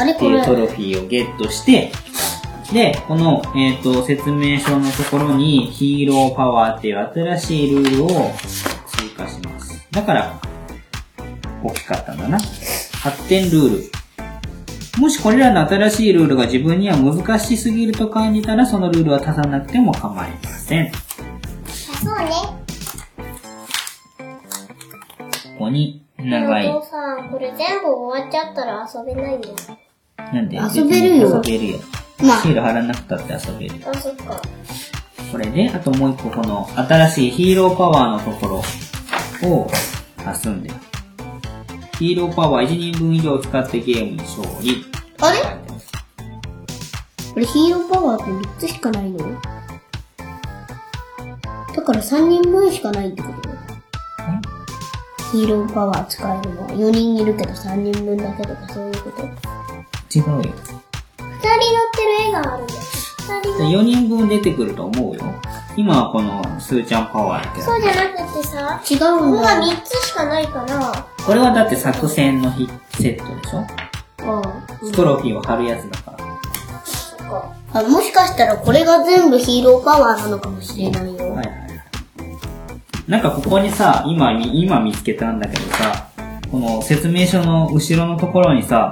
Speaker 2: あれ
Speaker 3: って
Speaker 2: こ
Speaker 3: いう
Speaker 2: れ。
Speaker 3: トロフィーをゲットして、で、この、えっ、と、説明書のところにヒーローパワーっていう新しいルールを追加します。だから、大きかったんだな。発展ルール。もしこれらの新しいルールが自分には難しすぎると感じたら、そのルールは足さなくても構いません。
Speaker 4: そうね。
Speaker 3: ここに、長い
Speaker 4: お。父さん、これ全部終わっちゃったら遊べないんだよ。
Speaker 3: なんで
Speaker 2: 遊べるよ
Speaker 3: 別に遊べるよ。
Speaker 2: まあ
Speaker 3: シ、ール貼らなくたって遊べる。
Speaker 4: あ、そっか。
Speaker 3: これで、あともう一個この新しいヒーローパワーのところを足すんだよ。ヒーローパワー1人分以上使ってゲームに勝利。
Speaker 2: あれこれヒーローパワーって3つしかないのだから3人分しかないってことヒーローパワー使えるのは4人いるけど3人分だけとかそういうこと
Speaker 3: 違うよ。
Speaker 4: 二人乗ってる絵があるんだよ。二人乗っ
Speaker 3: 4人分出てくると思うよ。今はこのスーちゃんパワーだけ
Speaker 4: そう
Speaker 3: ど。
Speaker 4: じゃなくてさ、
Speaker 2: 違う
Speaker 4: ここ
Speaker 2: んだ。
Speaker 4: が3つしかないから、
Speaker 3: これはだって作戦のヒセットでしょ
Speaker 2: ああ
Speaker 3: トロフィーを貼るやつだから。
Speaker 4: そっか。
Speaker 2: あもしかしたらこれが全部ヒーローパワーなのかもしれないよ。
Speaker 3: はいはいはい。なんかここにさ、今み、今見つけたんだけどさ、この説明書の後ろのところにさ、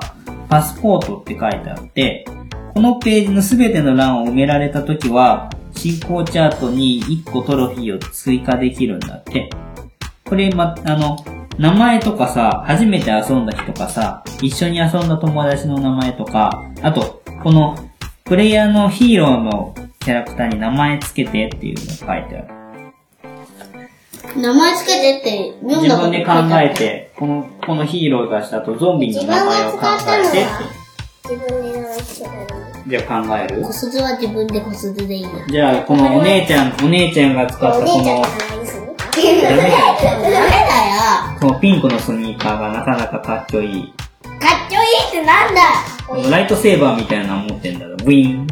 Speaker 3: パスポートって書いてあって、このページのすべての欄を埋められたときは、進行チャートに1個トロフィーを追加できるんだって。これ、ま、あの、名前とかさ、初めて遊んだ日とかさ、一緒に遊んだ友達の名前とか、あと、この、プレイヤーのヒーローのキャラクターに名前つけてっていうのが書いてある。
Speaker 2: 名前つけてって読ん
Speaker 3: 自
Speaker 2: だこと
Speaker 3: 分で考えて、この、このヒーローがした後、ゾンビの名前を考えてっ
Speaker 4: 自分で名前つけたり。
Speaker 3: て。じゃあ考える
Speaker 2: 小鈴は自分で小鈴でいいな。
Speaker 3: じゃあ、このお姉ちゃん、お姉ちゃんが使った
Speaker 4: お
Speaker 3: こ
Speaker 4: 姉ちゃん
Speaker 3: の
Speaker 4: の、名前にする
Speaker 3: ダメだ
Speaker 2: ダ
Speaker 3: よ
Speaker 2: メだよ
Speaker 3: このピンクのスニーカーがなかなかかっちょいい。
Speaker 4: かっちょいいってなんだ
Speaker 3: このライトセーバーみたいなの持ってんだろ。ウィーン。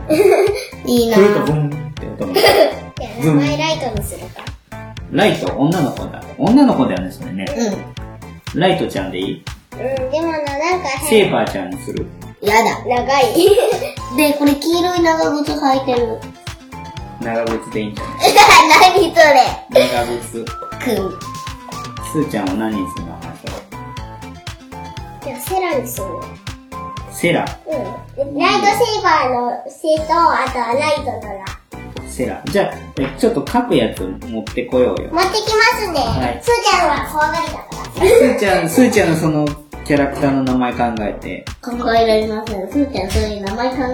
Speaker 2: いいな
Speaker 3: くるとブンって音が。
Speaker 4: じゃあ名前ライトにするか。
Speaker 3: ライト、女の子だ。女の子だよね、それね。
Speaker 2: う
Speaker 3: ライトちゃんでいい
Speaker 4: うん、でもな、なんか
Speaker 3: セ
Speaker 4: 変。
Speaker 3: ーバーちゃんにする。
Speaker 2: ん。やだ。
Speaker 4: 長い。
Speaker 2: で、これ黄色い長靴履いてる。
Speaker 3: 長靴でいいんじゃな
Speaker 2: 何それ
Speaker 3: い長靴。
Speaker 2: くん。
Speaker 3: スーちゃんは何にするの
Speaker 4: じゃあセラにする。
Speaker 3: セラ、
Speaker 4: うん。ライトセーバーの背と、あとはライトのラ。
Speaker 3: セラ。じゃあ、えちょっと書くやつ持ってこようよ。
Speaker 4: 持ってきますね。
Speaker 3: はい
Speaker 4: すーちゃんは怖がりだから。
Speaker 3: スーちゃん、スーちゃんのそのキャラクターの名前考えて、
Speaker 2: 考えられません。すーちゃんそういう名前考える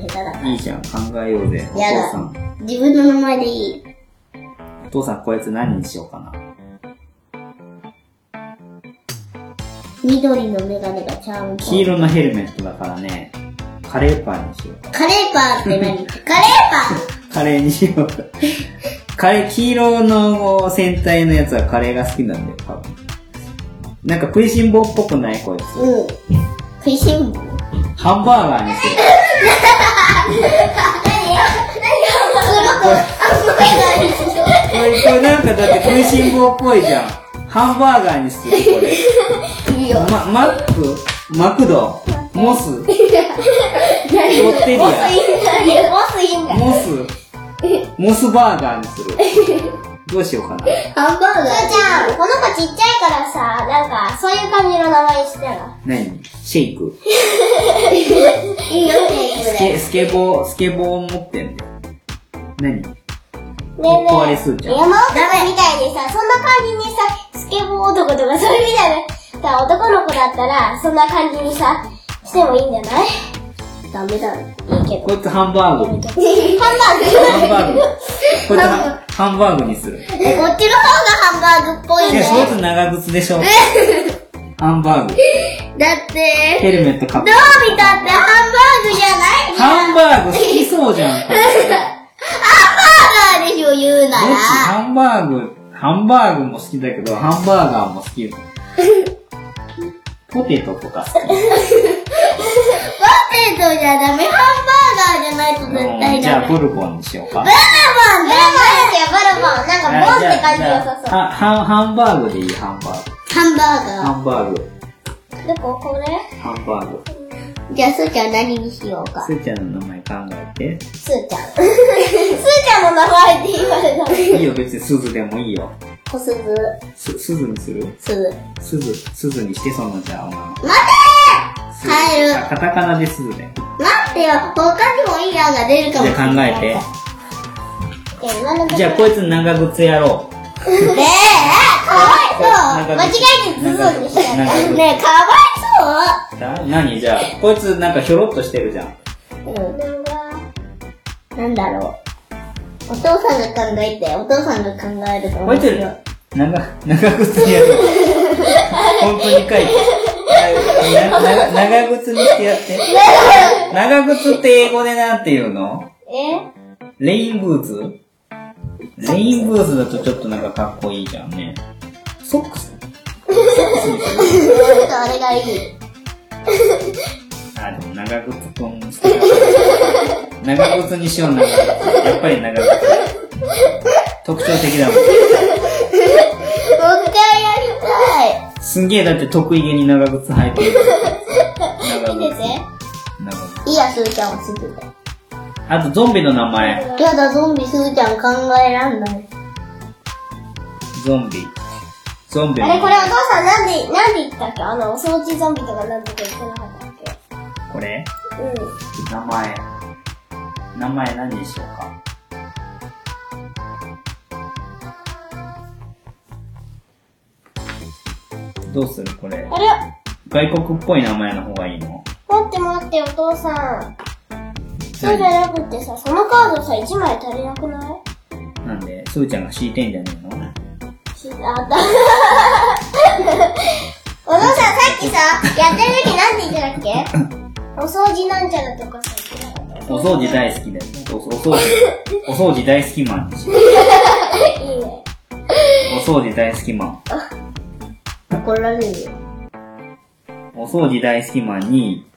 Speaker 2: の下手だから。
Speaker 3: いいじゃん、考えようぜ。お父
Speaker 2: やだ
Speaker 3: さん。
Speaker 2: 自分の名前でいい。
Speaker 3: お父さん、こやつ何にしようかな。
Speaker 2: 緑のメガネがちゃんと。
Speaker 3: 黄色のヘルメットだからね、カレーパンにしよう。
Speaker 2: カレーパンって何カレーパ
Speaker 3: カレーにしよう。カレー、黄色の戦隊のやつはカレーが好きなんだよ、多分。なんか食いしん坊っぽくないこいつ。
Speaker 2: ンうん。食いしん坊
Speaker 3: ハンバーガーにする。これ、これなんかだって食いしん坊っぽいじゃん。ハンバーガーにする、これ。
Speaker 2: いいよ。
Speaker 3: ま、マック、マクド、モス、ロッテリ
Speaker 4: ボスいいんだよ。ボスいいんだ
Speaker 3: ア、モス、モスバーガーにする。どうしようかな。
Speaker 2: ハンバーガー。
Speaker 4: すーちゃん、この子ちっちゃいからさ、なんか、そういう感じの名前にしてよ。
Speaker 3: 何シェイク
Speaker 2: いいよ、テ
Speaker 3: スケ、スケボー、スケボー持ってんだよ。
Speaker 4: ね
Speaker 3: 何
Speaker 4: えね
Speaker 3: 壊れ
Speaker 4: え
Speaker 3: すーちゃん
Speaker 4: 山奥みたいにさ、そんな感じにさ、スケボー男とかそういうみたいな、さ、男の子だったら、そんな感じにさ、してもいいんじゃ ないい
Speaker 2: ダメだ。ね
Speaker 4: いけど。
Speaker 3: こいつハンバーグに。
Speaker 4: ハンバーグ
Speaker 3: ハンバーグ。こいつハンハンバーグにする。
Speaker 2: こっちの方がハンバーグっぽい
Speaker 3: いや、
Speaker 2: ね。
Speaker 3: こいつ長靴で しょ。ハンバーグ。
Speaker 2: だって、
Speaker 3: ヘルメットかぶ
Speaker 2: どう見たってハンバーグじゃない
Speaker 3: ハンバーグ好きそうじゃ ん。どっち
Speaker 2: ハンバーガーでしょ、言うなら。
Speaker 3: ハンバーグ、ハンバーグも好きだけど、ハンバーガーも好き。ポテトとか好き。
Speaker 2: ポテトじゃダメ、ハンバーガーじゃないと絶対
Speaker 3: じゃ
Speaker 2: ダ
Speaker 3: あ、
Speaker 2: メ。
Speaker 3: ブルボンにしようか。
Speaker 4: バルボンですよ、バルボン。なんか、ボンって感じ良さそう。
Speaker 3: あ、ハン、ハンバーグでいい、ハンバー
Speaker 2: ハン
Speaker 3: グ。
Speaker 2: バーガ
Speaker 3: ハンバーグ。
Speaker 4: どここれ
Speaker 3: ハンバーグ。
Speaker 2: ー。じゃあ、すーちゃん何にしようか
Speaker 3: ス。ーちゃんの名前考え
Speaker 4: スーちゃん。スーちゃんの名前って言われたの。
Speaker 3: て。いいよ、別にスズでもいいよ。
Speaker 2: 小鈴、
Speaker 3: す、スズにする
Speaker 2: すず。
Speaker 3: スズ、スズにして、そのじゃあ、お名前。待て
Speaker 2: カエル
Speaker 3: カタカナでスズで。
Speaker 2: 待ってよ、他にもいい案が出る
Speaker 3: じ
Speaker 2: か
Speaker 3: ゃ
Speaker 2: もしれ
Speaker 3: あ考
Speaker 2: ない。
Speaker 3: えて。
Speaker 4: いや、今のところ
Speaker 3: じゃあ、こいつ長靴やろう。
Speaker 2: ねえ、かわいそう。
Speaker 3: 長
Speaker 4: 間違
Speaker 3: 靴
Speaker 4: えてズズンにしちゃっ
Speaker 3: 長靴
Speaker 2: ねえ、かわ
Speaker 3: だ何じゃあ、こいつなんかひょろっとしてるじゃん。
Speaker 2: いそう。うん。
Speaker 4: た。
Speaker 2: な
Speaker 4: なんか、
Speaker 2: んだろう。お父さんが考えて、お父さんが考えると
Speaker 3: こ
Speaker 2: 思
Speaker 3: いつ
Speaker 2: うよ。
Speaker 3: 長、長靴にやる。本当に書いて。なな長靴にしてやって。長靴って英語でなんて言うの
Speaker 4: え
Speaker 3: レインブーツレインブーツだとちょっとなんかかっこいいじゃんね。ソックス
Speaker 2: ちょっとあれがいい。
Speaker 3: あ、でも長靴とんしてなかった長靴にしよう長靴。やっぱり長靴。特徴的だもん。
Speaker 2: もう一回やりたい。
Speaker 3: すんげえだって得意げに長靴履いてる。長
Speaker 4: 見て
Speaker 3: 靴。
Speaker 4: て。
Speaker 3: 長靴。
Speaker 2: いいや、すーちゃんはすぐだ。
Speaker 3: あとゾンビの名前。
Speaker 2: やだ、ゾンビすーちゃん考えらんない。
Speaker 3: ゾンビ。ゾンビの
Speaker 4: あれこれお父さんなんで、なんで言ったっけあの、お掃除ゾンビとかなんとか言ってなかったっけ
Speaker 3: これ
Speaker 4: うん。
Speaker 3: 名前。名前何にしようか。どうするこれ。
Speaker 4: あれ
Speaker 3: 外国っぽい名前の方がいいの
Speaker 4: 待って待ってお父さん。そうじゃなくってさ、そのカードさ、1枚足りなくない
Speaker 3: なんで、すーちゃんが敷いてんじゃねえの
Speaker 4: しあった。 お父さんさっきさ、やってる時なんて 言ってたっけお掃除なんちゃらとかさ、言ってなかっ
Speaker 3: お掃除大好きだよ。おお掃除、お掃除大好きマンにしよう
Speaker 4: たいいね。
Speaker 3: お掃除大好きマン。
Speaker 2: 怒られるよ。
Speaker 3: お掃除大好きマンに、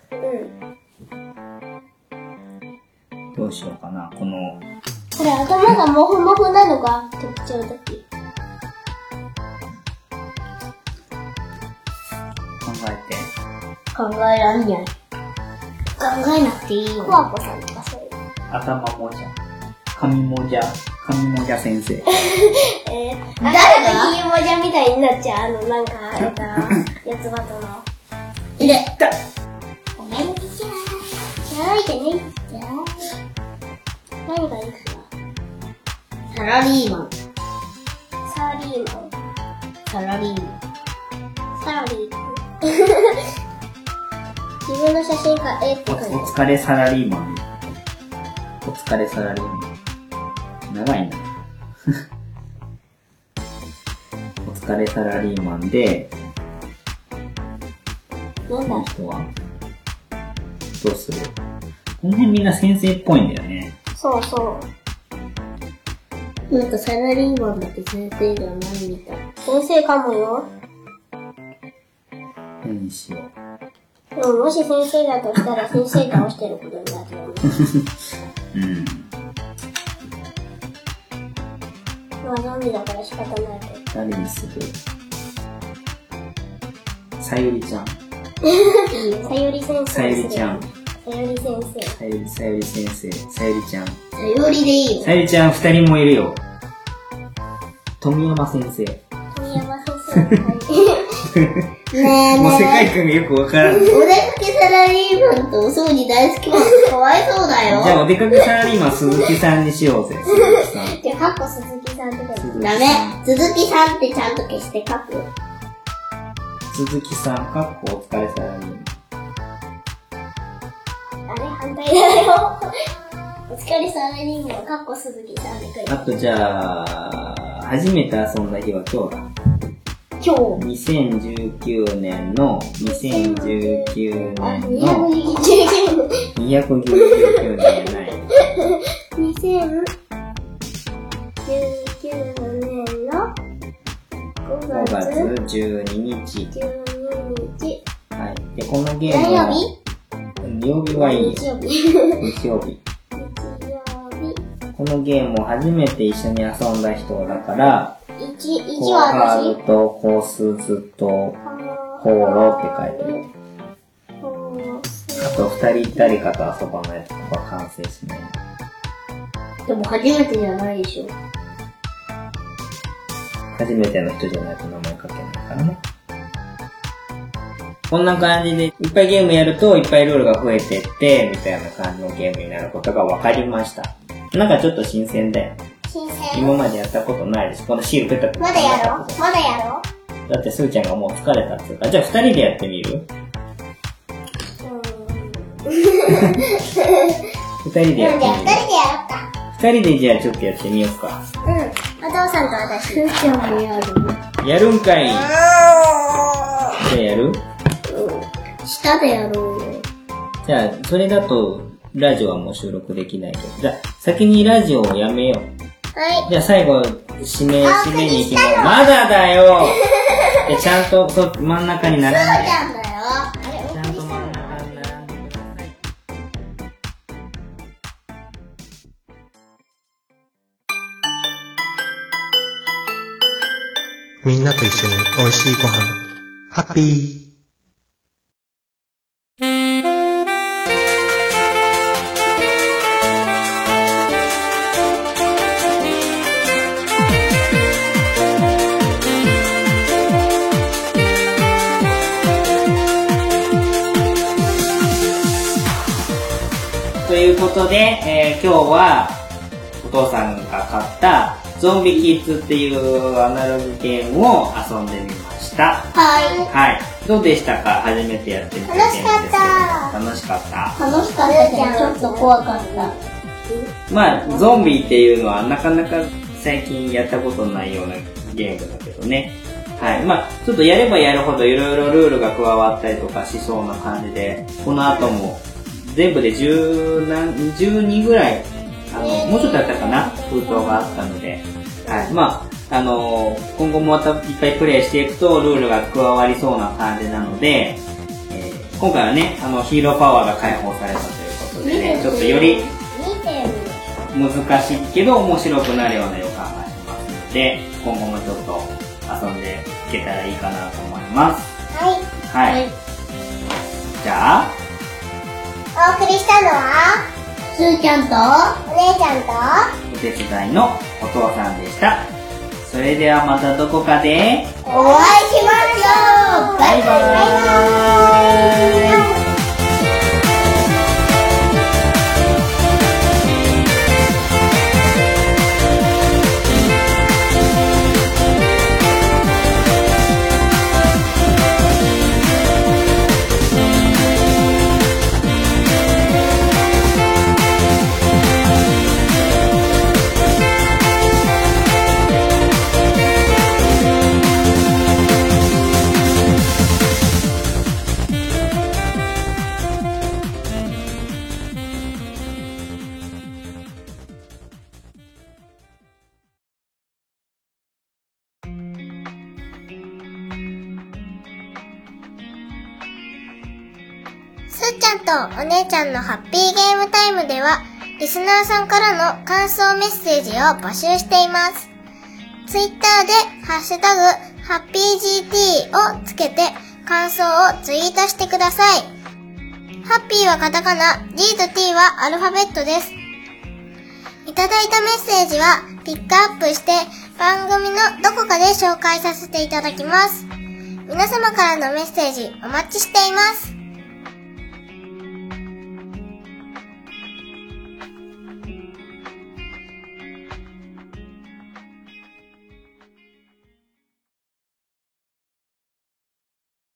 Speaker 4: うん。
Speaker 3: うしようかな。この、
Speaker 4: これ頭がモフモフなのが特徴的。
Speaker 3: 考えて。
Speaker 2: 考えらんじゃない。考えなくていい
Speaker 4: コ
Speaker 2: よ。
Speaker 4: アコさんとかそういう。
Speaker 3: 頭もじゃ。髪もじゃ。髪もじゃ先生。
Speaker 4: えー、
Speaker 2: 誰が
Speaker 4: 誰がひいもじゃみたいになっちゃう。あの、なんか、あ れだ、四つ葉との。
Speaker 2: いれ。
Speaker 4: おめでとうじゃーいじゃねじゃーい何がいいか
Speaker 2: サラリーマン。
Speaker 4: なサーリーマン。
Speaker 2: サラリーマン。
Speaker 4: サラリーマン。自分の写真が絵って
Speaker 3: お
Speaker 4: 感じ。
Speaker 3: お疲れサラリーマン。お疲れサラリーマン。長いな。 お疲れサラリーマンで、
Speaker 4: なん
Speaker 3: この
Speaker 4: だ
Speaker 3: 人はどうするこの辺みんな先生っぽいんだよね。
Speaker 4: そうそう。
Speaker 2: なんかサラリーマンだって先生じゃないみたい。
Speaker 4: 先生かもよ。
Speaker 3: 何にしよう。
Speaker 4: でももし先生だとしたら先生倒してることになるよね。
Speaker 3: うん。
Speaker 4: まあゾンビだから仕方ないけど。
Speaker 3: 誰にするさゆりちゃん。
Speaker 4: さゆり先生
Speaker 3: さゆりちゃん。
Speaker 4: さゆり先
Speaker 3: さゆり、さゆり先生。さゆりちゃん。
Speaker 2: さよりでいいよ。
Speaker 3: さゆりちゃん二人もいるよ。富山先生。
Speaker 4: 生。富山先生。
Speaker 2: ねえ
Speaker 3: もう世
Speaker 2: ね
Speaker 3: 界
Speaker 2: え。
Speaker 3: 観がよくわからん。じ
Speaker 2: お出かけサラリーマンとお掃除大好きマンかわいそうだ
Speaker 3: ゃあ
Speaker 2: よ。
Speaker 3: お出かけサラリーマン鈴木さんにしようぜ。鈴木さん
Speaker 4: じゃあ、かっこ鈴木さんとか。
Speaker 3: 鈴木
Speaker 2: ダ
Speaker 3: さん
Speaker 2: メ。鈴木さんってちゃんと消して書く。
Speaker 3: 鈴木さん、かっこお疲れサラリーマン。
Speaker 4: あれ反対だよ。お疲れ様リンゴ、かっこ鈴木さんで来る。
Speaker 3: あとじゃあ、初めて遊んだ日は今日だ。
Speaker 4: 今日。
Speaker 3: 2019年の、2019
Speaker 4: あ、
Speaker 3: 年の、
Speaker 4: 229年。
Speaker 3: 299年じゃない。
Speaker 4: 2019年の
Speaker 3: 5
Speaker 4: 5
Speaker 3: 月
Speaker 4: 月
Speaker 3: 12日。
Speaker 4: 12日。
Speaker 3: はい。で、このゲーム
Speaker 4: 何曜
Speaker 3: は、
Speaker 4: 日
Speaker 3: 日曜日はいいよ
Speaker 4: 日。曜日。日曜
Speaker 3: 日曜日。
Speaker 4: 日。
Speaker 3: このゲームを初めて一緒に遊んだ人だから、
Speaker 4: 一一
Speaker 3: コ
Speaker 4: は
Speaker 3: ハ
Speaker 4: 私。
Speaker 3: ーとコースズと、
Speaker 4: コ
Speaker 3: コーロって書い
Speaker 4: る。
Speaker 3: て
Speaker 4: コース
Speaker 3: あと二人誰かと遊ばないとこは完成しない。
Speaker 2: でも初めてじゃないでしょ。
Speaker 3: 初めての人じゃないと名前書けないからね。こんな感じで、いっぱいゲームやると、いっぱいルールが増えてって、みたいな感じのゲームになることが分かりました。なんかちょっと新鮮だよ。
Speaker 4: 新鮮。
Speaker 3: 今までやったことないです。このシールペタペタ
Speaker 4: まだやろうまだやろ
Speaker 3: だってすーちゃんがもう疲れたっつうから、じゃあ二人でやってみる
Speaker 4: ううん。
Speaker 3: 二人で
Speaker 4: じゃ
Speaker 3: や
Speaker 4: あ
Speaker 3: ってみ
Speaker 4: 二人でやろうか。
Speaker 3: る二人でじゃあちょっとやってみようか。
Speaker 4: うん。お父さんと私。
Speaker 2: ふうちゃんもやる
Speaker 3: やるんかいじゃあやる
Speaker 2: 下でやろうよ。
Speaker 3: じゃあ、それだと、ラジオはもう収録できないけど。じゃあ、先にラジオをやめよう。
Speaker 4: はい。
Speaker 3: じゃあ最後、締め、締めに行きます。まだだ よでちゃんと、そう、真ん中に並
Speaker 4: ち
Speaker 3: んで。
Speaker 4: ゃんだよ。あれ
Speaker 3: ちゃんと真ん中に並んでください。
Speaker 5: みんなと一緒に美味しいご飯。ハッピー
Speaker 3: ということで、えー今日はお父さんが買ったゾンビキッズっていうアナログゲームを遊んでみました。
Speaker 4: は
Speaker 3: はい。どうでしたか初めてやってみたゲームですけど
Speaker 4: 楽しか
Speaker 3: 楽しかった。
Speaker 2: 楽しかったけど、ちょっと怖かった。
Speaker 3: まあ、ゾンビっていうのはなかなか最近やったことないようなゲームだけどね。はい。まあ、ちょっとやればやるほどいろいろルールが加わったりとかしそうな感じで、この後も全部で10何、12ぐらい、あの、もうちょっとやったかな封筒があったので、はい。まあ、あの今後もまたいっぱいプレイしていくとルールが加わりそうな感じなので、えー今回はね、あの、ヒーローパワーが解放されたということでね、ちょっとより
Speaker 4: い。見てよ。
Speaker 3: 難しいけど面白くなるような予感がしますので、今後もちょっと遊んでいけたらいいかなと思います。
Speaker 2: はい。
Speaker 3: はい。じゃあ、
Speaker 2: お送りしたのは、
Speaker 4: すーちゃんと、
Speaker 2: お姉ちゃんと、
Speaker 3: お手伝いのお父さんでした。それではまたどこかで、
Speaker 4: お会いしましょうバイバイ
Speaker 3: バイバイ
Speaker 2: すっちゃんとお姉ちゃんのハッピーゲームタイムでは、リスナーさんからの感想メッセージを募集しています。ツイッターで、ハッシュタグ、ハッピー GT をつけて、感想をツイートしてください。ハッピーはカタカナ、G と T はアルファベットです。いただいたメッセージは、ピックアップして、番組のどこかで紹介させていただきます。皆様からのメッセージ、お待ちしています。